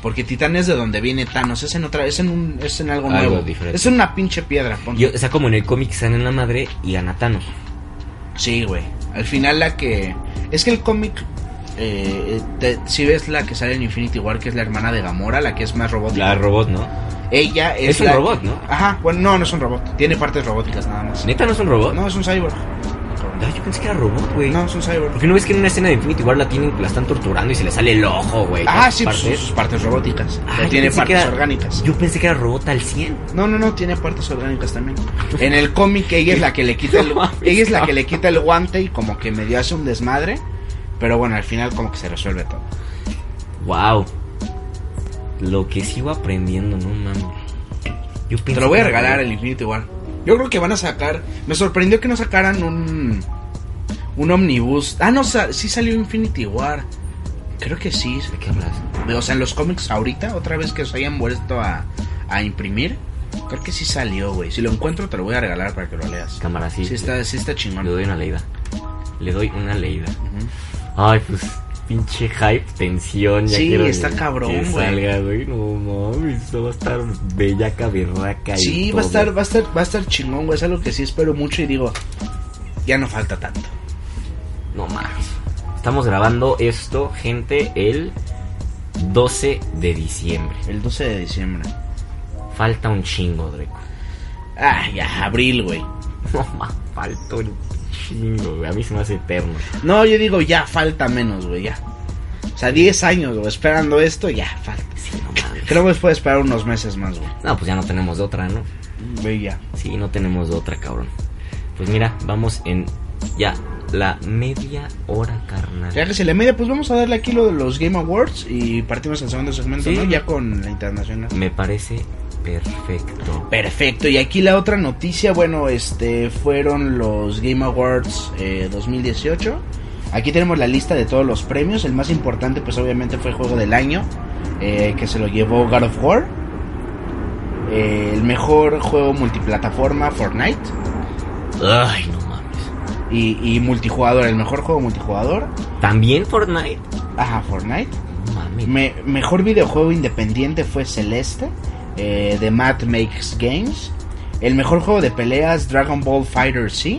A: porque Titán es de donde viene Thanos, es en otra, es en un, es en algo,
B: Algo
A: nuevo.
B: diferente.
A: Es una pinche piedra, pon-
B: Y, o sea, como en el cómic están en la madre y gana Thanos.
A: Sí, güey. Al final la que... Es que el cómic... eh, te- si ves la que sale en Infinity War, que es la hermana de Gamora, la que es más robótica.
B: La robot, ¿no?
A: Ella es...
B: Es un
A: la-
B: robot, ¿no?
A: Ajá, bueno, no, no es un robot. Tiene partes robóticas nada más.
B: ¿Neta no es un robot?
A: No, es un cyborg.
B: Ay, yo pensé que era robot, güey.
A: No, es un cyborg.
B: ¿Por qué no ves que en una escena de Infinity War la tienen, la están torturando y se le sale el ojo, güey?
A: Ah,
B: Todas
A: sí, pues,
B: partes?
A: sus partes robóticas.
B: Ah,
A: Pero
B: yo
A: tiene
B: pensé
A: partes
B: que era-
A: orgánicas.
B: Yo pensé que era robot al 100.
A: No, no, no, tiene partes orgánicas también. En el cómic ella es la que le quita el, ella es la que le quita el guante y como que medio hace un desmadre, pero bueno, al final como que se resuelve todo.
B: Wow. Lo que sigo aprendiendo, no mames. Yo
A: Te
B: pensé
A: lo voy a
B: que era
A: regalar el
B: robot.
A: Infinity War. Yo creo que van a sacar. Me sorprendió que no sacaran un. Un omnibus. Ah, no, sa- sí salió Infinity War. Creo que sí.
B: ¿De qué hablas?
A: O sea, en los cómics ahorita, otra vez que se hayan vuelto a, a imprimir. Creo que sí salió, güey. Si lo encuentro, te lo voy a regalar para que lo leas.
B: Cámara, sí.
A: Sí está, sí está
B: Le
A: chingón.
B: doy una leída. Le doy una leída.
A: Ujú.
B: Ay, pues pinche hype, tensión. Ya
A: Sí,
B: quiero
A: está
B: que-
A: cabrón,
B: que
A: güey.
B: salga, güey. No mames, esto va a estar bellaca, berraca. y
A: Sí, va a
B: todo.
A: estar, va a estar, va a estar chingón, güey. Es algo que sí espero mucho y digo, ya no falta tanto.
B: No mames. Estamos grabando esto, gente, el 12 de diciembre.
A: El 12 de diciembre.
B: Falta un chingo, Dreco.
A: Ah, ya, abril, güey.
B: No mames, falta un chingo, güey. A mí se me hace eterno.
A: No, yo digo, ya falta menos, güey, ya. O sea, 10 años, güey, esperando esto, ya falta.
B: Sí, no mames.
A: Creo que puede esperar unos meses más, güey.
B: No, pues ya no tenemos de otra, ¿no?
A: Güey, ya.
B: Sí, no tenemos de otra, cabrón. Pues mira, vamos en ya la media hora, carnal.
A: Ya que se le media, pues vamos a darle aquí lo de los Game Awards y partimos al segundo segmento,
B: Sí.
A: ¿no? Ya con la internacional.
B: Me parece perfecto.
A: Perfecto, y aquí la otra noticia, bueno, este fueron los Game Awards eh, 2018. Aquí tenemos la lista de todos los premios. El más importante, pues obviamente fue Juego del Año, eh, que se lo llevó God of War. Eh, el mejor juego multiplataforma, Fortnite.
B: Ay, no mames.
A: Y, y multijugador, el mejor juego multijugador.
B: También Fortnite.
A: Ajá, Fortnite.
B: No mames.
A: Me- mejor videojuego independiente fue Celeste, eh, de Matt Makes Games. El mejor juego de peleas, Dragon Ball Fighter Z.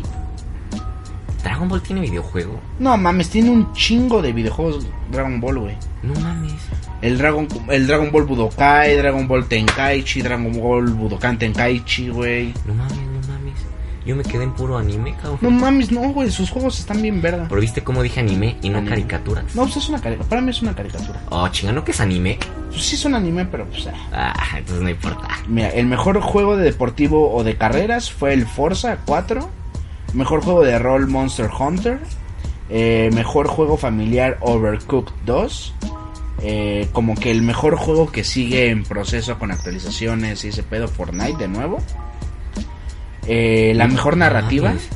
B: Dragon Ball tiene videojuego.
A: No mames, tiene un chingo de videojuegos Dragon Ball, güey.
B: No mames.
A: El Dragon, el Dragon Ball Budokai, Dragon Ball Tenkaichi, Dragon Ball Budokan Tenkaichi, güey.
B: No mames, no mames. Yo me quedé en puro anime, cabrón.
A: No mames, no, güey, sus juegos están bien verga.
B: Pero viste cómo dije anime y no
A: Anime.
B: caricaturas.
A: No, pues es una caricatura. Para mí es una caricatura.
B: Oh, chingano que es anime.
A: Pues sí es un anime, pero pues. ah.
B: Ah, entonces no importa.
A: Mira, el mejor juego de deportivo o de carreras fue el Forza 4. Mejor juego de rol Monster Hunter. Eh, mejor juego familiar Overcooked 2. Eh, como que el mejor juego que sigue en proceso con actualizaciones y ese pedo Fortnite de nuevo. Eh, la
B: Ah,
A: mejor narrativa.
B: Mames.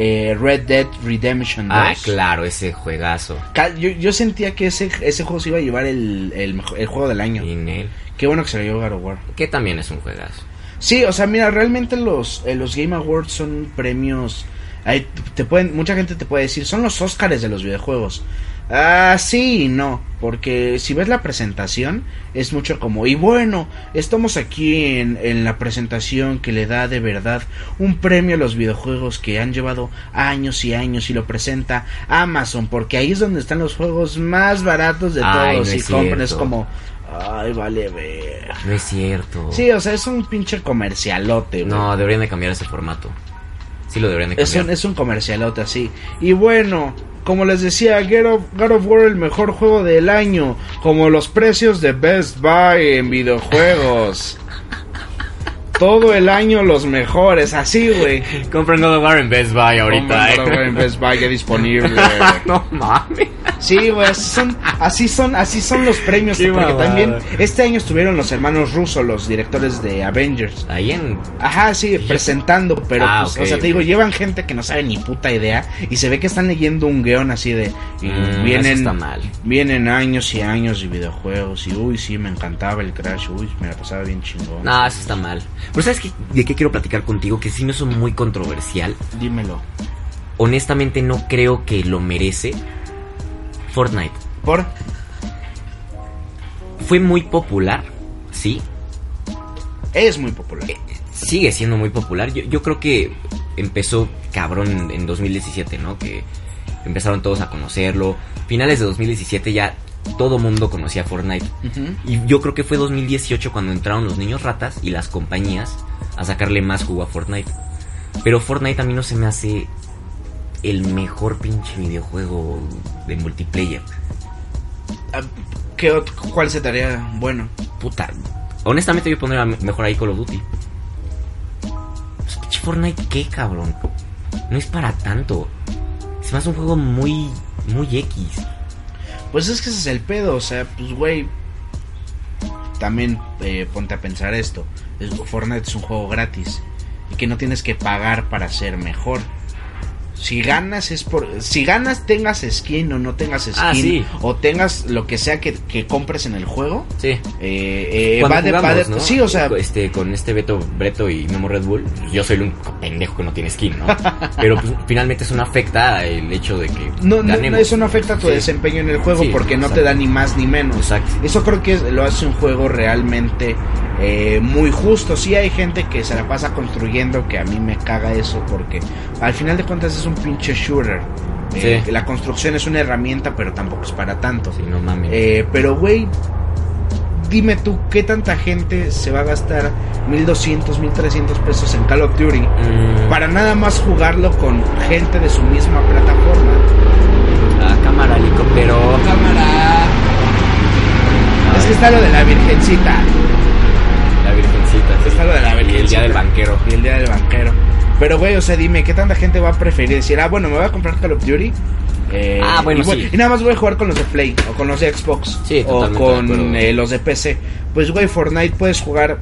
A: eh, Red Dead Redemption 2.
B: pues. Ah, claro, ese juegazo.
A: Ca- Yo, yo sentía que ese, ese juego se iba a llevar el, el mejo- el juego del año.
B: Inel.
A: Qué bueno que se lo llevó God of War.
B: Que también es un juegazo.
A: Sí, o sea, mira, realmente los, eh, los Game Awards son premios. ahí te pueden, mucha gente te puede decir, son los Óscares de los videojuegos. Ah, sí y no, porque si ves la presentación, es mucho como, y bueno, estamos aquí en, en la presentación que le da de verdad un premio a los videojuegos que han llevado años y años y lo presenta Amazon, porque ahí es donde están los juegos más baratos de
B: Ay,
A: todos
B: no
A: y
B: es
A: compran, es
B: cierto.
A: como, ay, vale, ver.
B: No es cierto.
A: Sí, o sea, es un pinche comercialote, güey.
B: No, deberían de cambiar ese formato. Sí lo deberían de
A: Es un,
B: cambiar.
A: es un comercialote así. Y bueno, como les decía, Get of- God of War el mejor juego del año. Como los precios de Best Buy en videojuegos. Todo el año los mejores, así, güey.
B: Compran God of War en Best Buy ahorita,
A: Compran God of War
B: eh.
A: en Best Buy ya disponible.
B: no mames.
A: Sí, güey, así son, así son, así son los premios.
B: Qué
A: porque
B: mamada.
A: también este año estuvieron los hermanos rusos, los directores de Avengers.
B: Ahí en.
A: Ajá, sí, presentando, pero
B: Ah,
A: pues,
B: ok,
A: o sea, te
B: ok.
A: digo, llevan gente que no sabe ni puta idea y se ve que están leyendo un guión así de y
B: Mm,
A: vienen
B: eso está mal.
A: vienen años y años de videojuegos y uy, sí, me encantaba el Crash, uy, me la pasaba bien chingón.
B: No, eso está mal. Pero ¿sabes qué, de qué quiero platicar contigo? Que sí me es muy controversial.
A: Dímelo.
B: Honestamente no creo que lo merece. Fortnite.
A: Por
B: Fue muy popular, sí.
A: es muy popular.
B: Eh, Sigue siendo muy popular. Yo, yo creo que empezó cabrón en 2017, ¿no? Que empezaron todos a conocerlo. Finales de 2017 ya todo mundo conocía Fortnite.
A: Ujú.
B: Y yo creo que fue 2018 cuando entraron los niños ratas y las compañías a sacarle más jugo a Fortnite. Pero Fortnite a mí no se me hace el mejor pinche videojuego de multiplayer.
A: Ah, ¿Qué, ot- ¿Cuál se tarea? Bueno,
B: Puta. Honestamente yo pondría mejor ahí Call of Duty. Pues, pinche Fortnite qué, cabrón. No es para tanto. Es más un juego muy muy X.
A: pues es que ese es el pedo, o sea, pues güey, también eh, ponte a pensar esto. es- Fortnite es un juego gratis y que no tienes que pagar para ser mejor. Si ganas es por si ganas tengas skin o no tengas skin
B: Ah, sí.
A: o tengas lo que sea que, que compres en el juego
B: Sí.
A: eh, eh,
B: Cuando
A: va de- va
B: jugamos,
A: de-
B: ¿no?
A: sí, o sea,
B: este, con este Beto, Breto y Memo Red Bull, yo soy el único pendejo que no tiene skin, ¿no? Pero pues, finalmente eso no afecta el hecho de que
A: no, no-
B: ganemos.
A: eso no afecta a tu
B: Sí.
A: desempeño en el juego
B: Sí,
A: porque no te
B: exacto.
A: da ni más ni menos.
B: Exacto.
A: Eso creo que es- lo hace un juego realmente eh, muy justo. Sí hay gente que se la pasa construyendo, que a mí me caga eso, porque al final de cuentas es un pinche shooter. Eh,
B: Sí.
A: La construcción es una herramienta, pero tampoco es para tanto.
B: Sí, no mames.
A: Eh, pero, güey, dime tú, ¿qué tanta gente se va a gastar 1.200, 1.300 pesos en Call of Duty?
B: Mm,
A: Para nada más jugarlo con gente de su misma plataforma.
B: la cámara, helicóptero.
A: Cámara. Es que
B: Ay,
A: está lo de la virgencita.
B: La virgencita. sí.
A: Está lo de la
B: Y el
A: virgencita.
B: día del banquero.
A: y el día del banquero. Pero, güey, o sea, dime, ¿qué tanta gente va a preferir decir, ah, bueno, me voy a comprar Call of Duty? eh,
B: Ah, bueno,
A: y, voy-
B: sí.
A: y nada más voy a jugar con los de Play, o con los de Xbox,
B: Sí,
A: o
B: totalmente de
A: con
B: acuerdo.
A: eh, los de PC. Pues, güey, Fortnite puedes jugar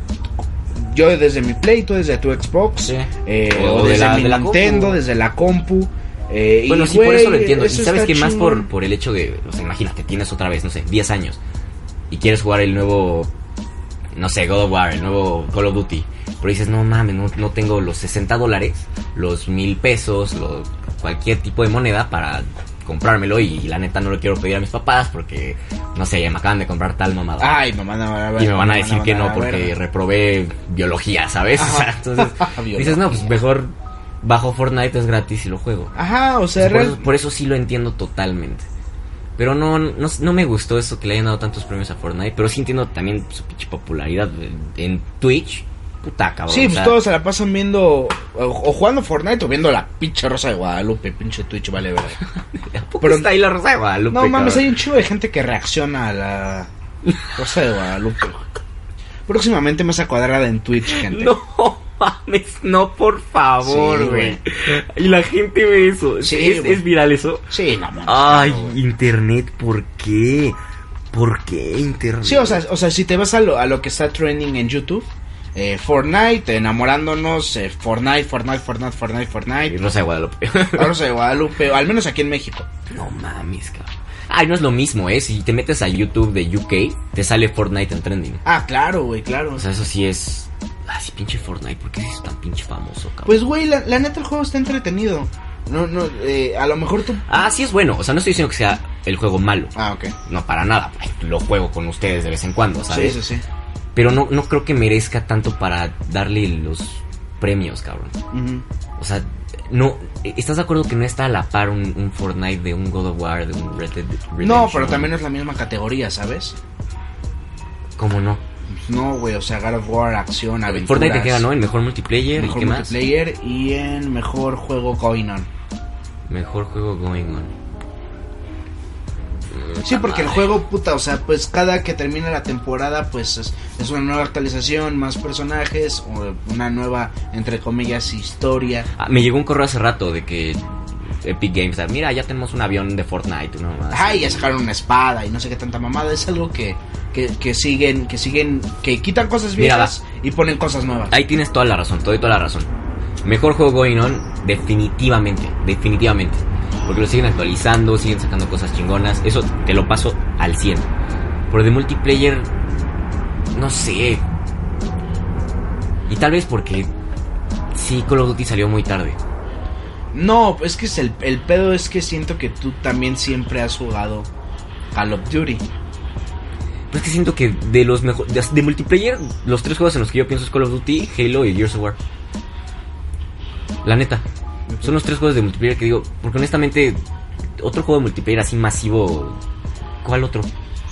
A: yo desde mi Play, tú desde tu Xbox,
B: Sí.
A: eh,
B: O
A: o,
B: de
A: desde
B: la-
A: mi
B: de la
A: Nintendo,
B: compu.
A: desde la compu. eh,
B: Bueno,
A: y,
B: sí, por
A: güey,
B: eso lo entiendo. Y sabes
A: está
B: que más
A: chingón.
B: por, por el hecho de, o sea, imagínate, tienes otra vez, no sé, 10 años y quieres jugar el nuevo, no sé, God of War, el nuevo Call of Duty. Pero dices, no mames, no, no tengo los 60 dólares, los mil pesos, los- cualquier tipo de moneda para comprármelo. Y, la neta no lo quiero pedir a mis papás porque, no sé, me acaban de comprar tal mamada.
A: Ay, me van a,
B: Y me van a decir que
A: mandar
B: no
A: a la
B: porque
A: verga.
B: reprobé biología, ¿sabes? O sea, entonces
A: Biología.
B: dices, no, pues mejor bajo Fortnite, es gratis y lo juego.
A: Ajá, o sea,
B: Por
A: real-
B: eso, por eso sí lo entiendo totalmente. Pero no, no, no me gustó eso que le hayan dado tantos premios a Fortnite. Pero sí entiendo también su pinche popularidad en- en Twitch. Puta cabrón.
A: Sí,
B: o
A: pues
B: sea,
A: todos se la pasan viendo o, o jugando Fortnite o viendo la pinche Rosa de Guadalupe, pinche Twitch, vale verga.
B: ¿a poco
A: pero-
B: está ahí la Rosa de Guadalupe,
A: No mames,
B: cabrón?
A: hay un chivo de gente que reacciona a la Rosa de Guadalupe. güey. Próximamente me hace cuadrada en Twitch, gente.
B: No mames, no, por
A: Sí,
B: favor, güey.
A: güey.
B: y la gente ve eso.
A: Sí,
B: ¿Es,
A: güey.
B: es viral eso?
A: Sí, no mames.
B: Ay,
A: claro, güey.
B: internet, ¿por qué? ¿Por qué internet?
A: Sí, o sea, o sea, si te vas a lo, a lo que está trending en YouTube, eh, Fortnite, enamorándonos, eh, Fortnite, Fortnite, Fortnite, Fortnite,
B: Y
A: Fortnite.
B: Rosa de Guadalupe.
A: la Rosa de Guadalupe, al menos aquí en México.
B: No mames, cabrón. Ay, no es lo mismo, ¿eh? Si te metes al YouTube de UK, te sale Fortnite en trending.
A: Ah, claro, güey, claro.
B: O sea, eso sí es. Ah, sí, pinche Fortnite, ¿por qué es tan pinche famoso, cabrón?
A: Pues, güey, la, la neta el juego está entretenido. No, no, eh, a lo mejor tú...
B: Ah, sí es bueno. O sea, no estoy diciendo que sea el juego malo.
A: Ah, ok.
B: No, para nada. Ay, Lo juego con ustedes de vez en cuando,
A: Sí,
B: ¿sabes?
A: sí, sí.
B: Pero no, no creo que merezca tanto para darle los premios, cabrón.
A: Ujú.
B: O sea, no. ¿Estás de acuerdo que no está a la par un, un Fortnite de un God of War, de un Red Dead Redemption?
A: No, pero también es la misma categoría, ¿sabes?
B: ¿Cómo no?
A: Pues no, güey, o sea, God of War, acción, aventuras.
B: Fortnite te queda, ¿no? En mejor multiplayer y
A: Mejor
B: qué más.
A: multiplayer y en mejor juego going on.
B: Mejor juego going on. Mm,
A: Sí,
B: la
A: porque el
B: madre.
A: juego, puta, o sea, pues cada que termina la temporada, pues es, es una nueva actualización, más personajes, o una nueva, entre comillas, historia.
B: Ah, me llegó un correo hace rato de que Epic Games, ah, mira, ya tenemos un avión de Fortnite, ¿no? Así.
A: Ajá, y ya sacaron una espada y no sé qué tanta mamada. Es algo que, que, que siguen, que siguen, que quitan cosas
B: Mira,
A: viejas y ponen cosas nuevas.
B: Ahí tienes toda la razón, te doy toda la razón. Mejor juego going on, definitivamente, definitivamente. Porque lo siguen actualizando, siguen sacando cosas chingonas. Eso te lo paso al 100. Pero de multiplayer, no sé. Y tal vez porque sí, Call of Duty salió muy tarde.
A: No, es que es el, el pedo es que siento que tú también siempre has jugado Call of Duty.
B: Pero Pues es que siento que de los mejores. De, de multiplayer, los tres juegos en los que yo pienso es Call of Duty, Halo y Gears of War. La neta. Son los tres juegos de multiplayer que digo. Porque honestamente, otro juego de multiplayer así masivo. ¿Cuál otro?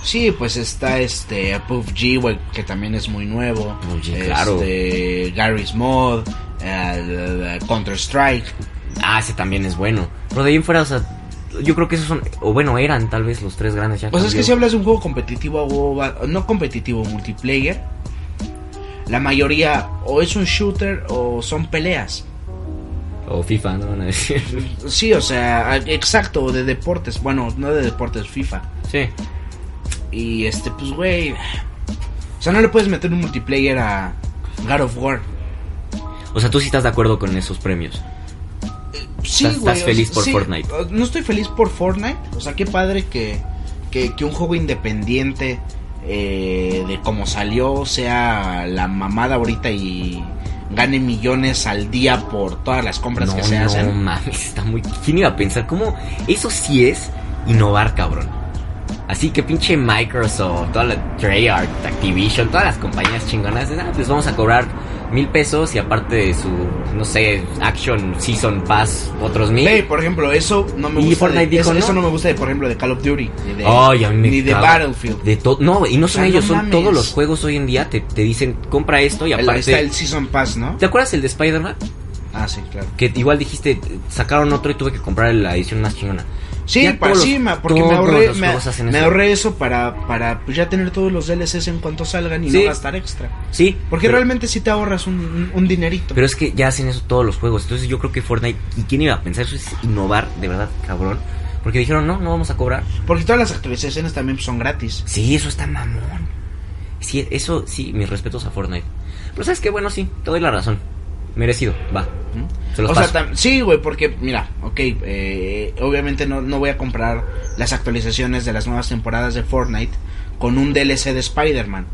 A: Sí, pues está este PUBG, güey, que también es muy nuevo.
B: PUBG, claro.
A: Este, Garry's Mod, eh, Counter Strike.
B: Ah, ese también es bueno. Pero de ahí en fuera, o sea. Yo creo que esos son. O bueno, eran tal vez los tres grandes ya.
A: Pues es que si
B: cambió.
A: hablas de un juego competitivo, o va- no competitivo, multiplayer, la mayoría o es un shooter o son peleas.
B: O FIFA, no van a decir.
A: Sí, o sea, exacto, o de deportes. Bueno, no de deportes, FIFA.
B: sí.
A: Y este, pues, güey. O sea, no le puedes meter un multiplayer a God of War.
B: O sea, tú sí estás de acuerdo con esos premios.
A: Sí, güey,
B: Estás- estás
A: o
B: feliz
A: sea,
B: por
A: sí,
B: Fortnite.
A: o- No estoy feliz por Fortnite. O sea, qué padre que, que, que un juego independiente eh, de cómo salió sea la mamada ahorita y gane millones al día por todas las compras
B: no,
A: que se
B: no
A: hacen.
B: mames, está muy. ¿Quién iba a pensar cómo eso sí es innovar, cabrón? Así que pinche Microsoft, toda la Treyarch, Activision, todas las compañías chingonas, de, "Ah, pues vamos a cobrar mil pesos y aparte de su, no sé, Action Season Pass, otros mil.
A: Güey, por ejemplo, eso no me
B: Y
A: gusta. de-
B: Fortnite dijo,
A: eso,
B: ¿no?
A: eso no me gusta, de, por ejemplo, de Call of Duty. Ni de,
B: Ay, a mí me
A: ni de
B: caga.
A: Battlefield.
B: De todo, no, y no son
A: O sea,
B: ellos,
A: no
B: son
A: mames.
B: todos los juegos hoy en día te, te dicen compra esto y
A: El- ahí
B: aparte.
A: está el Season Pass, ¿no?
B: ¿Te acuerdas el de Spider-Man?
A: Ah, sí, claro.
B: Que igual dijiste, eh, sacaron otro y tuve que comprar la edición más chingona.
A: Sí,
B: Ya
A: para
B: todos
A: sí,
B: los-
A: ma, porque me
B: todos
A: ahorré,
B: los
A: me,
B: juegos hacen
A: me
B: eso.
A: ahorré eso para, para pues, ya tener todos los DLCs en cuanto salgan y
B: Sí.
A: no gastar extra.
B: Sí.
A: Porque
B: pero-
A: realmente sí te ahorras un, un- un dinerito.
B: Pero es que ya hacen eso todos los juegos. Entonces yo creo que Fortnite, ¿y quién iba a pensar eso? Es innovar, de verdad, cabrón. Porque dijeron, no, no vamos a cobrar.
A: Porque todas las actualizaciones también pues, son gratis.
B: Sí, eso está mamón. Sí, eso sí, mis respetos a Fortnite. Pero sabes que, bueno, sí, te doy la razón. Merecido, va.
A: ¿no?
B: Se los
A: ¿Mm? o
B: paso.
A: sea, tam- sí, güey, porque mira, ok, eh, obviamente no, no voy a comprar las actualizaciones de las nuevas temporadas de Fortnite con un DLC de Spider-Man.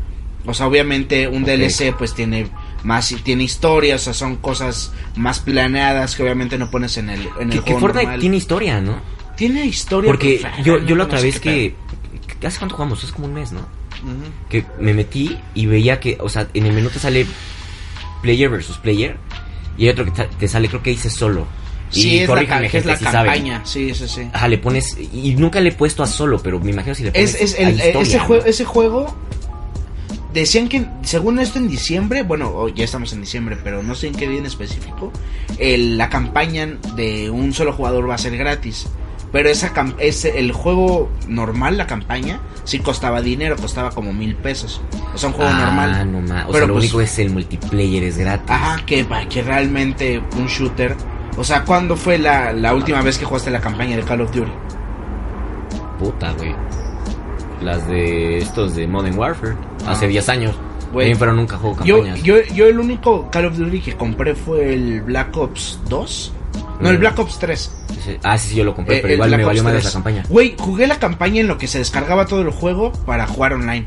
A: O sea, obviamente un
B: Ok.
A: DLC pues tiene más tiene historia, o sea, son cosas más planeadas que obviamente no pones en el en el
B: que que
A: juego
B: Fortnite
A: normal.
B: tiene historia, ¿no?
A: Tiene historia.
B: Porque
A: pero-
B: yo, yo la
A: no
B: otra
A: sé
B: vez
A: qué
B: que... que- ¿Hace cuánto jugamos? Es como un mes, ¿no?
A: pedo. Ujú.
B: que me metí y veía que, o sea, en el menú te sale player versus player y hay otro que ta- te sale, creo que dice solo.
A: Sí,
B: y
A: es la,
B: corríjame,
A: ca- es
B: gente,
A: la
B: si Ah, saben.
A: campaña. Sí, sí, sí.
B: Ajá, le pones, y nunca le he puesto a solo, pero me imagino si le pones
A: Es, es
B: a
A: el- eh,
B: historia,
A: ese,
B: ¿no?
A: juego, ese juego. Decían que, según esto, en diciembre. Bueno, oh, ya estamos en diciembre, pero no sé en qué día en específico. el- la campaña de un solo jugador va a ser gratis. Pero esa cam- ese, el juego normal, la campaña, sí costaba dinero, costaba como mil pesos. O sea, un juego
B: ah,
A: normal.
B: no ma- O
A: Pero
B: sea, lo
A: pues-
B: único es el multiplayer, es gratis.
A: Ajá, que, que realmente un shooter. O sea, ¿cuándo fue la, la última vez que jugaste la campaña de Call of Duty? Ah.
B: Puta, güey. Las de estos de Modern Warfare, hace
A: Ah.
B: 10 años.
A: Güey.
B: Bien, pero nunca juego
A: Yo,
B: campañas.
A: yo, yo el único Call of Duty que compré fue el Black Ops 2. No, el
B: Mm.
A: Black Ops 3.
B: Ese- Ah, sí, sí, yo lo compré,
A: Eh,
B: pero
A: el
B: igual
A: Black
B: me
A: Ops
B: valió más
A: 3.
B: la campaña.
A: Güey, jugué la campaña en lo que se descargaba todo el juego para jugar online.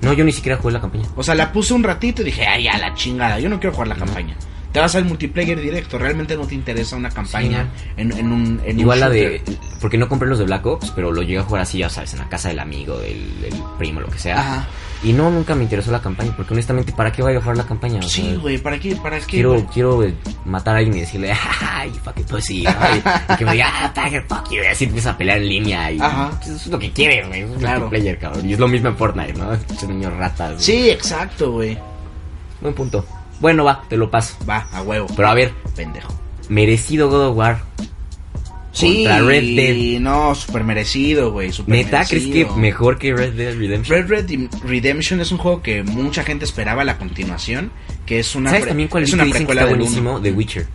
B: No, yo ni siquiera jugué la campaña.
A: O sea, la puse un ratito y dije, ay, ya la chingada, yo no quiero jugar la campaña. Te vas al multiplayer directo, realmente no te interesa una campaña
B: Sí,
A: en, en un... en un
B: Igual la de.
A: shooter.
B: Porque no compré los de Black Ops, pero lo llegué a jugar así, ya sabes, en la casa del amigo, del, del primo, lo que sea.
A: Ajá.
B: Y no, nunca me interesó la campaña, porque honestamente, ¿para qué voy a jugar la campaña? O
A: Sí,
B: sea,
A: güey, ¿para qué? ¿Para qué?
B: Quiero, quiero eh, matar a alguien y decirle, ay, fucking pussy, ay, y que me diga, ah, Tiger, fuck you, y así empieza a pelear en línea. Y
A: Ajá.
B: Eso es lo que quieres, güey, es un
A: Claro.
B: multiplayer, cabrón. Y es lo mismo en Fortnite, ¿no? Esos niños ratas. güey.
A: Sí, exacto, güey.
B: Buen punto. Bueno, va, te lo paso.
A: Va, a huevo.
B: Pero a ver,
A: pendejo.
B: merecido God of War.
A: Sí,
B: Contra Red Dead.
A: no, súper merecido, güey. súper
B: ¿Neta? ¿Crees que
A: merecido.
B: mejor que Red Dead
A: Red
B: Redemption?
A: Red Redemption es un juego que mucha gente esperaba la continuación, que es una
B: ¿Sabes
A: pre-
B: también cuál
A: es
B: es
A: una
B: que dicen que
A: precuela
B: está
A: del uno.
B: buenísimo? The Witcher.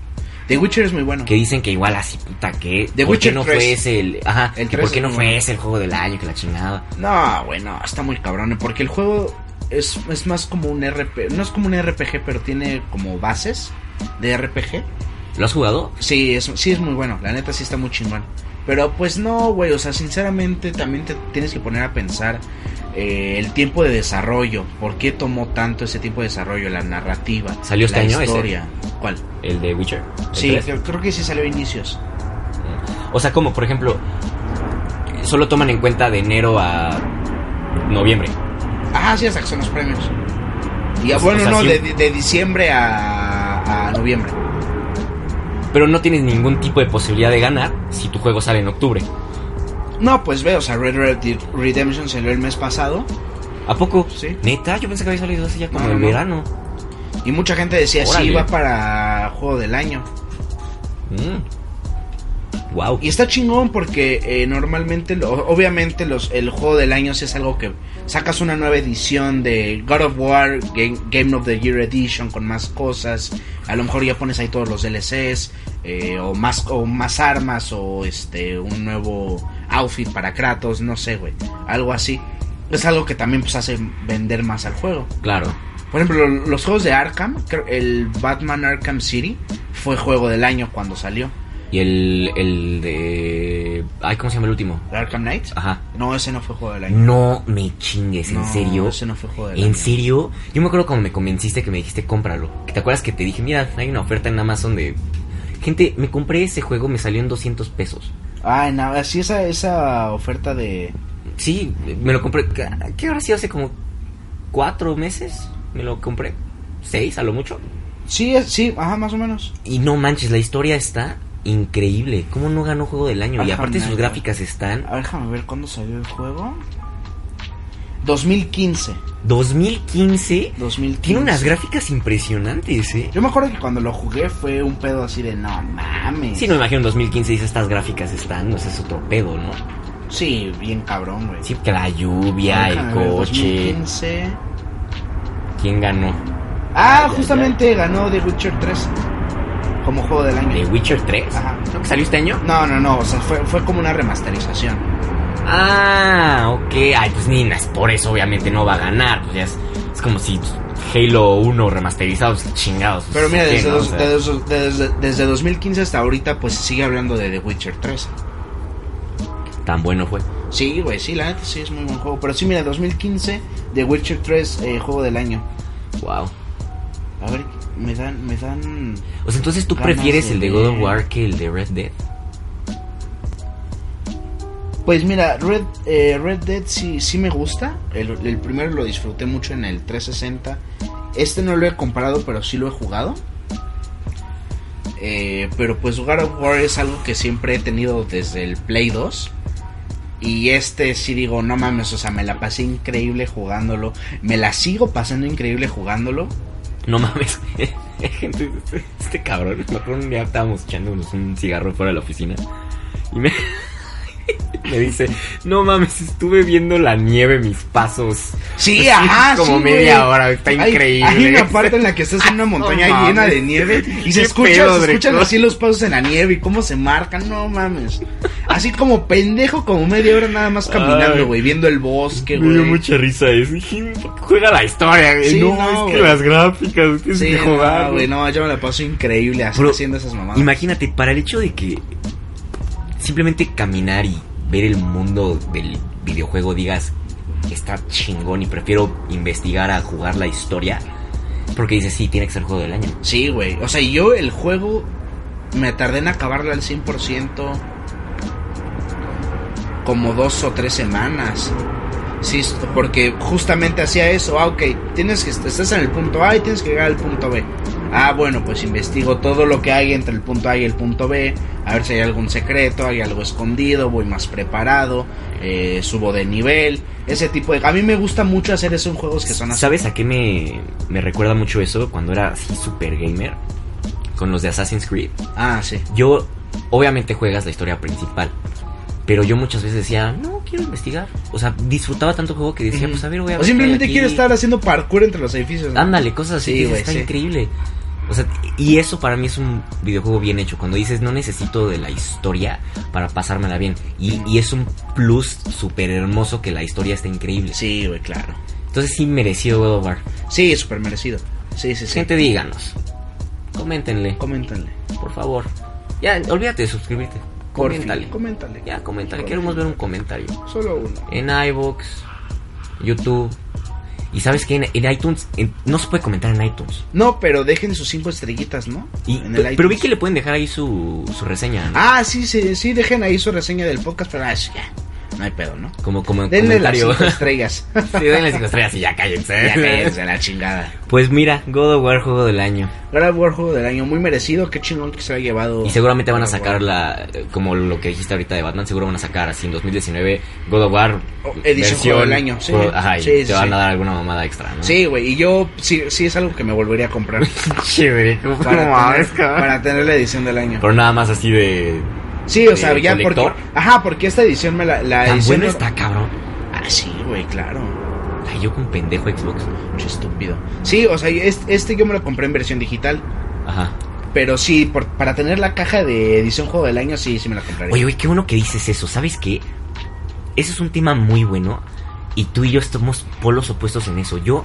A: The Witcher es muy bueno.
B: Que dicen que igual así, puta, que...
A: The
B: ¿Por
A: Witcher
B: qué no
A: 3.
B: fue ese el... Ajá,
A: El
B: que
A: 3
B: ¿por qué
A: es
B: no
A: muy
B: fue
A: bueno.
B: ese el juego del año que la chingada?
A: No, bueno, está muy cabrón, porque el juego es, es más como un RPG, no es como un RPG, pero tiene como bases de RPG.
B: ¿Lo has jugado?
A: Sí, es, sí es muy bueno, la neta sí está muy chingón. Pero pues no, güey, o sea, sinceramente también te tienes que poner a pensar eh, el tiempo de desarrollo, por qué tomó tanto ese tiempo de desarrollo, la narrativa,
B: ¿Salió este
A: la
B: año ese?
A: historia. ¿Cuál?
B: El de Witcher. el
A: Sí,
B: 3.
A: creo- creo que sí salió a inicios.
B: O sea, como por ejemplo, solo toman en cuenta de enero a noviembre.
A: Ajá, Ah, sí, hasta que son los premios. Y ah,
B: Pues, O sea,
A: bueno,
B: o sea,
A: no,
B: sí.
A: de, de diciembre a, a noviembre.
B: Pero no tienes ningún tipo de posibilidad de ganar si tu juego sale en octubre.
A: No, pues veo, o sea, Red Red Dead Redemption salió el mes pasado.
B: ¿A poco?
A: Sí.
B: Neta, yo pensé que había salido hace ya como
A: No,
B: el
A: no, no.
B: verano.
A: Y mucha gente decía, sí,
B: Órale.
A: va para juego del año.
B: Wow.
A: Y está chingón porque eh, normalmente, lo- obviamente, los, el juego del año sí es algo que sacas una nueva edición de God of War, Game, Game of the Year Edition con más cosas. A lo mejor ya pones ahí todos los DLCs eh, o, más, o más armas o este un nuevo outfit para Kratos, no sé, güey. Algo así. Es algo que también pues, hace vender más al juego.
B: Claro.
A: Por ejemplo, lo- los juegos de Arkham, creo- el Batman Arkham City fue juego del año cuando salió.
B: Y el, el de... Ay, ¿cómo se llama el último?
A: ¿El Arkham Knight?
B: Ajá.
A: No, ese no fue juego del año.
B: No me chingues, ¿en
A: No,
B: serio?
A: Ese no fue juego del año.
B: ¿En serio? Yo me acuerdo cuando me convenciste que me dijiste cómpralo. ¿Te acuerdas que te dije, mira, hay una oferta en Amazon de... Gente, me compré ese juego, me salió en 200 pesos.
A: Ah, en así esa, esa oferta de.
B: Sí, me lo compré. ¿Qué- ¿Qué habrá sido hace como cuatro meses? Me lo compré. Seis, a lo mucho.
A: Sí, es- sí, ajá, más o menos.
B: Y no manches, la historia está increíble. ¿Cómo no ganó Juego del Año? Y
A: Ajá,
B: aparte sus
A: neta.
B: gráficas están...
A: A ver, déjame ver cuándo salió el juego. 2015.
B: 2015.
A: 2015.
B: Tiene unas gráficas impresionantes, ¿eh?
A: Yo me acuerdo que cuando lo jugué fue un pedo así de no mames.
B: Sí, no me imagino en 2015 dice estas gráficas están, no sé, es otro pedo, ¿no?
A: Sí, bien cabrón, güey.
B: Sí, que la lluvia, el
A: Déjame Ah, ver,
B: coche.
A: 2015.
B: ¿Quién ganó?
A: Ah,
B: ya,
A: justamente ganó The Witcher 3 como juego del año.
B: ¿The Witcher 3?
A: Ajá.
B: Creo que salió este año.
A: No, no, no, o sea, fue, fue como una remasterización.
B: Ah, ok. Ay, pues ni es por eso obviamente no va a ganar. Pues ya es, es como si Halo 1 remasterizados, chingados. pues,
A: Pero mira,
B: ¿qué,
A: desde,
B: no? O
A: dos-
B: sea,
A: desde, desde- desde 2015 hasta ahorita, pues sigue hablando de The Witcher 3.
B: Tan bueno fue.
A: Sí, güey, sí, la neta sí es muy buen juego. Pero sí, mira, 2015, The Witcher 3, eh, juego del año.
B: Wow.
A: A ver, me dan, me dan.
B: O sea, entonces tú
A: Ganas
B: prefieres
A: de
B: el de God of
A: ver.
B: War que el de Red Dead.
A: Pues mira, Red, eh, Red Dead sí, sí me gusta. El, el primero lo disfruté mucho en el 360. Este no lo he comprado, pero sí lo he jugado. Eh, pero pues God of War es algo que siempre he tenido desde el Play 2. Y este sí digo, no mames, o sea, me la pasé increíble jugándolo. Me la sigo pasando increíble jugándolo.
B: No mames. Gente, este cabrón. Me acuerdo un día estábamos echándonos un cigarro fuera de la oficina. Y me, me dice: No mames, estuve viendo la nieve, mis pasos.
A: Sí, ajá,
B: Como
A: sí,
B: media
A: güey.
B: hora, está
A: Hay-
B: increíble. Ah,
A: Hay, una parte en la que estás en una montaña
B: No mames.
A: llena de nieve y se
B: Qué
A: escucha,
B: pedo,
A: se escuchan
B: Draco.
A: así los pasos en la nieve y cómo se marcan, no mames. Así como pendejo, como media hora nada más
B: Ay.
A: caminando, güey, viendo el bosque,
B: Me dio
A: güey.
B: mucha risa eso. Dije, Juega la historia, güey.
A: Sí,
B: no,
A: no,
B: es que
A: güey.
B: las gráficas, tienes
A: Sí,
B: que jugar.
A: no, güey, no, yo me la paso increíble así,
B: Bro,
A: haciendo esas mamadas.
B: Imagínate, para el hecho de que simplemente caminar y ver el mundo del videojuego digas, está chingón y prefiero investigar a jugar la historia. Porque dices, sí, tiene que ser juego del año.
A: Sí, güey. O sea, yo el juego me tardé en acabarlo al 100% como dos o tres semanas. Sí, porque justamente hacía eso. Ah, ok, tienes que, estás en el punto A y tienes que llegar al punto B. Ah, bueno, pues investigo todo lo que hay entre el punto A y el punto B. A ver si hay algún secreto, hay algo escondido, voy más preparado, eh, subo de nivel. Ese tipo de... A mí me gusta mucho hacer eso en juegos que son así.
B: ¿Sabes a qué me, me recuerda mucho eso cuando era así super gamer? Con los de Assassin's Creed.
A: Ah, sí.
B: Yo, obviamente juegas la historia principal. Pero yo muchas veces decía, no, quiero investigar. O sea, disfrutaba tanto el juego que decía,
A: Ujú.
B: pues a ver, voy a
A: O
B: ver.
A: simplemente
B: qué hay
A: quiero
B: aquí".
A: estar haciendo parkour entre los edificios. ¿no?
B: Ándale, cosas
A: Sí,
B: así. que dices,
A: güey,
B: está
A: sí.
B: increíble. O sea, y eso para mí es un videojuego bien hecho. Cuando dices, no necesito de la historia para pasármela bien. Y, y es un plus súper hermoso que la historia está increíble.
A: Sí, güey, claro.
B: Entonces sí mereció God of War.
A: Sí, súper merecido. Sí, sí, sí.
B: Gente, díganos. Coméntenle,
A: Coméntale.
B: por favor. Ya, olvídate de suscribirte.
A: Por
B: Coméntale.
A: fin, coméntale.
B: Ya, coméntale.
A: Por
B: Queremos
A: fin.
B: ver un comentario.
A: Solo uno.
B: En iVoox, YouTube. Y sabes que en, en iTunes, en- no se puede comentar en iTunes.
A: No, pero dejen sus cinco estrellitas, ¿no?
B: Y-
A: En el
B: pero,
A: iTunes.
B: pero vi que le pueden dejar ahí su, su reseña. ¿no?
A: Ah, sí, sí, sí, dejen ahí su reseña del podcast, pero ah, sí, ya. No hay pedo, ¿no?
B: Como, como
A: Denle las
B: comentario.
A: cinco estrellas.
B: sí, denle cinco estrellas y ya cállense.
A: ya cállense la chingada.
B: Pues mira, God of War juego del año.
A: God of War juego del año, muy merecido, qué chingón que se ha llevado.
B: Y seguramente van a
A: God of
B: sacar
A: War.
B: la. Como lo que dijiste ahorita de Batman, seguro van a sacar así en 2019 God of War.
A: Oh, edición juego del año, sí.
B: juego- ajá, y
A: Sí,
B: te
A: sí,
B: van
A: sí.
B: a dar alguna mamada extra, ¿no?
A: Sí, güey, y yo sí, sí es algo que me volvería a comprar
B: Chévere, ¿cómo
A: para,
B: mames,
A: tener,
B: cabrón?
A: para tener la edición del año.
B: Pero nada más así de.
A: Sí, o sea,
B: ¿De
A: ya porque.
B: colector?
A: Ajá, porque esta edición me la. la
B: Tan
A: edición
B: "Ah, bueno
A: no-
B: está, cabrón.
A: Ah, sí, güey, claro.
B: Ay, yo con pendejo Xbox.
A: Mucho estúpido. Sí, o sea, es- este yo me lo compré en versión digital.
B: Ajá.
A: Pero sí, por- para tener la caja de edición juego del año, sí, sí me la compraría.
B: Oye, oye, qué bueno que dices eso. ¿Sabes qué? Ese es un tema muy bueno. Y tú y yo estamos polos opuestos en eso. Yo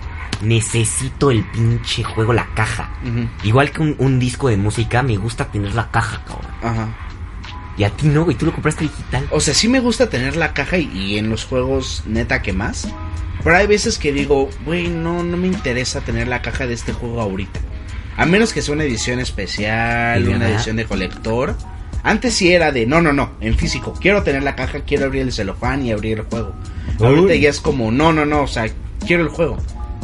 B: necesito el pinche juego, la caja.
A: Ujú,
B: Igual que un, un disco de música, me gusta tener la caja, cabrón.
A: Ajá.
B: Y a ti no, güey. Tú lo compraste digital.
A: O sea, sí me gusta tener la caja y, y en los juegos, neta, que más. Pero hay veces que digo, güey, no, no me interesa tener la caja de este juego ahorita. A menos que sea una edición especial,
B: Y
A: una
B: ajá.
A: edición de colector. Antes sí era de, no, no, no, en físico. Quiero tener la caja, quiero abrir el celofán y abrir el juego.
B: Uy.
A: Ahorita ya es como, no, no, no, o sea, quiero el juego.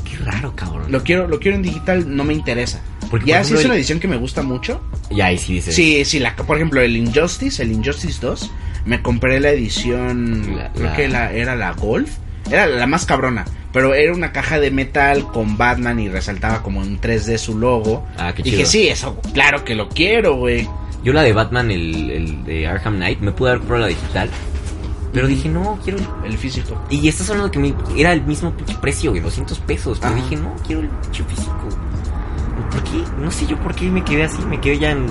B: Qué raro, cabrón.
A: Lo quiero, lo quiero en digital, no me interesa.
B: Porque,
A: ya
B: por
A: si
B: ejemplo,
A: es una
B: el-
A: edición que me gusta mucho,
B: Y ahí sí dices.
A: Sí, sí, la, por ejemplo, el Injustice, el Injustice 2, me compré la edición,
B: La-
A: creo
B: la-
A: que la- era la Golf, era la más cabrona, pero era una caja de metal con Batman y resaltaba como en 3D su logo.
B: Ah, qué
A: Dije,
B: chido.
A: sí, eso, claro que lo quiero, güey.
B: Yo la de Batman, el, el de Arkham Knight, me pude haber comprado la digital. Pero dije, no, quiero el
A: El físico.
B: Y estás hablando que me- era el mismo pinche precio, güey, 200 pesos. Pero
A: Ajá.
B: dije, no, quiero el pinche físico. ¿Por qué? No sé yo por qué me quedé así. Me quedé ya en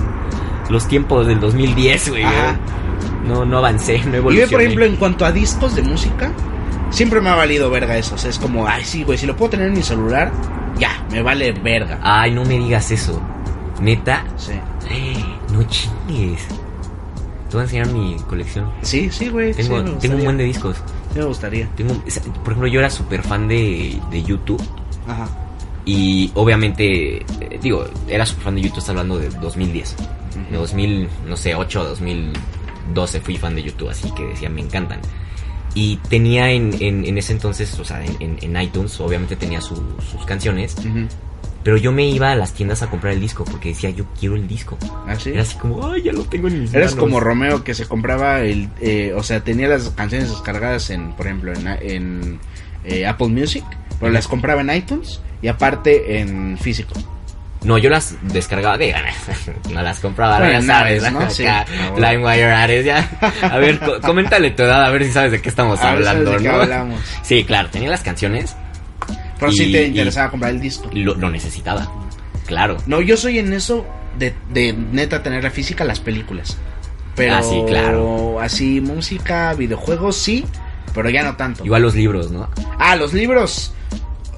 B: los tiempos del 2010, güey.
A: Ajá.
B: No, no avancé, no
A: Y
B: evolucioné.
A: ve, por ejemplo, en cuanto a discos de música, siempre me ha valido verga eso. O sea, es como, ay, sí, güey, si lo puedo tener en mi celular, ya, me vale verga.
B: Ay, no me digas eso. Neta,
A: Sí,
B: no chingues. Te voy a enseñar mi colección.
A: sí, sí, güey. sí,
B: Tengo,
A: me
B: tengo un
A: gustaría.
B: buen de discos.
A: Sí, me gustaría.
B: Tengo, por ejemplo, yo era súper fan de, de YouTube.
A: Ajá.
B: Y obviamente, eh, digo, era super fan de YouTube, está hablando de 2010. De 2000, no sé, 8 a 2012 fui fan de YouTube, así que decía, me encantan. Y tenía en, en- en ese entonces, o sea, en, en- en iTunes, obviamente tenía su- sus canciones,
A: Ujú.
B: pero yo me iba a las tiendas a comprar el disco porque decía, yo quiero el disco.
A: Así.
B: Era así como, ay, ya lo tengo en mis
A: Eres
B: manos".
A: como Romeo que se compraba el, eh, o sea, tenía las canciones descargadas en, por ejemplo, en, en, eh, Apple Music, pero las compraba en iTunes y aparte en físico.
B: No, yo las descargaba de ganas. No las compraba, ahora
A: Bueno,
B: ya sabes,
A: sabes, ¿no?
B: acá,
A: Sí.
B: LimeWire Ares, ya. A ver, co- coméntale tu edad, a ver si sabes de qué estamos
A: A ver, ¿sabes
B: hablando,
A: Ah, de qué
B: ¿no?
A: hablamos?
B: Sí, claro, tenía las canciones,
A: Pero si
B: Y-
A: te
B: y-
A: interesaba comprar el disco.
B: lo, lo necesitaba. Claro.
A: No, yo soy en eso de, de neta tener la física las películas. Pero
B: Ah, sí, claro.
A: así música, videojuegos sí, pero ya no tanto.
B: Igual los libros, ¿no?
A: Ah, los libros.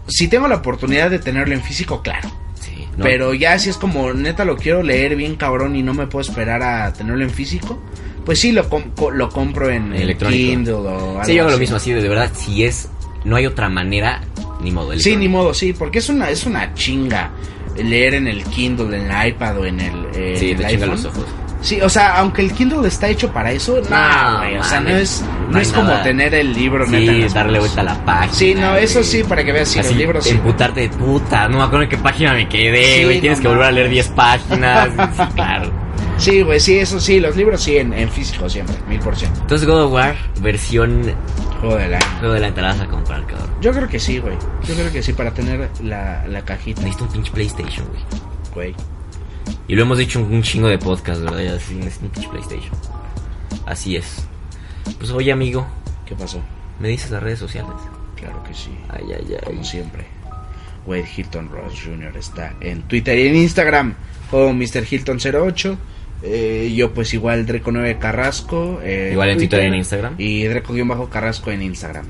A: Si tengo la oportunidad de tenerlo en físico, claro.
B: Sí. no.
A: Pero ya si es como neta lo quiero leer bien cabrón y no me puedo esperar a tenerlo en físico, pues sí lo, com- co- lo compro en, en
B: Electrónico.
A: Kindle o algo
B: Sí, yo hago lo
A: así.
B: mismo así, de de verdad, si es... No hay otra manera ni modo.
A: Sí, ni
B: electrónico.
A: modo, sí, porque es una, es una chinga leer en el Kindle, en el iPad o en el, eh,
B: Sí,
A: en
B: te
A: el iPhone.
B: chingan los ojos.
A: Sí, o sea, aunque el Kindle está hecho para eso, no,
B: No,
A: güey, o sea, no
B: mames,
A: es, no
B: no hay
A: es como
B: nada.
A: tener el libro neta en
B: Sí,
A: las
B: darle
A: manos.
B: vuelta a la página.
A: Sí, no, eso
B: güey.
A: sí, para que veas si los
B: Así,
A: libros... sí.
B: emputarte de puta. No me acuerdo en qué página me
A: Sí,
B: quedé, güey. Tienes
A: no
B: que volver a
A: mames.
B: leer 10 páginas. sí, claro.
A: Sí, güey, sí, eso sí, los libros sí, en, en físico siempre, mil por ciento.
B: Entonces, God of War, versión.
A: Juego del año.
B: Lo de la entrada vas a comprar, cabrón.
A: Yo creo que sí, güey, yo creo que sí, para tener la, la cajita,
B: Necesito un pinche PlayStation, güey.
A: güey.
B: Y lo hemos dicho en un chingo de podcast, ¿verdad? Ya sí, necesito un pinche PlayStation. Así es. Pues oye, amigo,
A: ¿Qué pasó?
B: ¿me dices las redes sociales?
A: Claro que sí.
B: Ay, ay, ay.
A: como siempre. Wade Hilton Ross Jr. está en Twitter y en Instagram Oh, como Mr. Hilton08. Eh, yo pues igual Dreco9 Carrasco. eh,
B: Igual en Twitter y en Instagram.
A: Y Dreco-Carrasco en Instagram.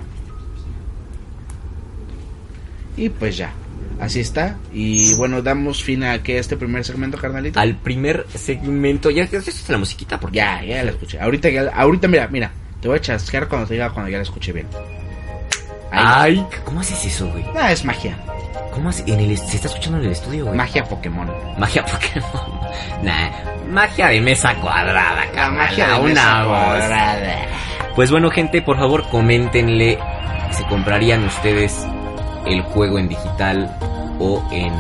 A: Y pues ya, así está. Y bueno, damos fin a que este primer segmento, carnalito.
B: Al primer segmento. Ya ya escuchaste la musiquita, porque.
A: Ya, ya la escuché. Ahorita, ya, ahorita mira, mira. Te voy a chasquear cuando te diga cuando ya la escuché bien. Ahí.
B: Ay, ¿cómo haces eso, güey?
A: Ah, es magia.
B: ¿Cómo haces? En el, est- se está escuchando en el estudio, güey.
A: Magia Pokémon.
B: Magia Pokémon. Nah, magia de mesa cuadrada,
A: La
B: carnal,
A: magia
B: a
A: de
B: una
A: mesa
B: voz.
A: cuadrada.
B: Pues bueno, gente, por favor, coméntenle si comprarían ustedes el juego en digital o en.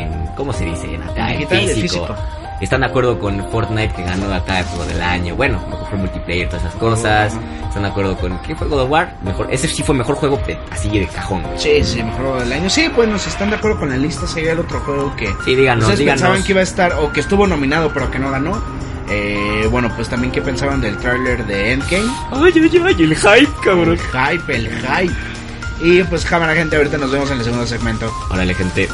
B: en- ¿Cómo se dice? En, acá, en
A: Digital, en físico.
B: ¿Están de acuerdo con Fortnite que ganó acá el juego del año? Bueno, mejor fue multiplayer, todas esas cosas. ¿Están de acuerdo con qué juego de War? Mejor, ese sí fue mejor juego de- así de cajón.
A: Sí, sí, mejor juego del año. Sí, bueno, si están de acuerdo con la lista, sería el otro juego que
B: Sí, díganos,
A: ustedes
B: díganos.
A: pensaban que iba a estar o que estuvo nominado pero que no ganó. Eh, bueno, pues también qué pensaban del tráiler de Endgame.
B: Ay, ay, ay, el hype, cabrón.
A: El hype, el hype. Y pues cámara gente, ahorita nos vemos en el segundo segmento.
B: Órale, gente.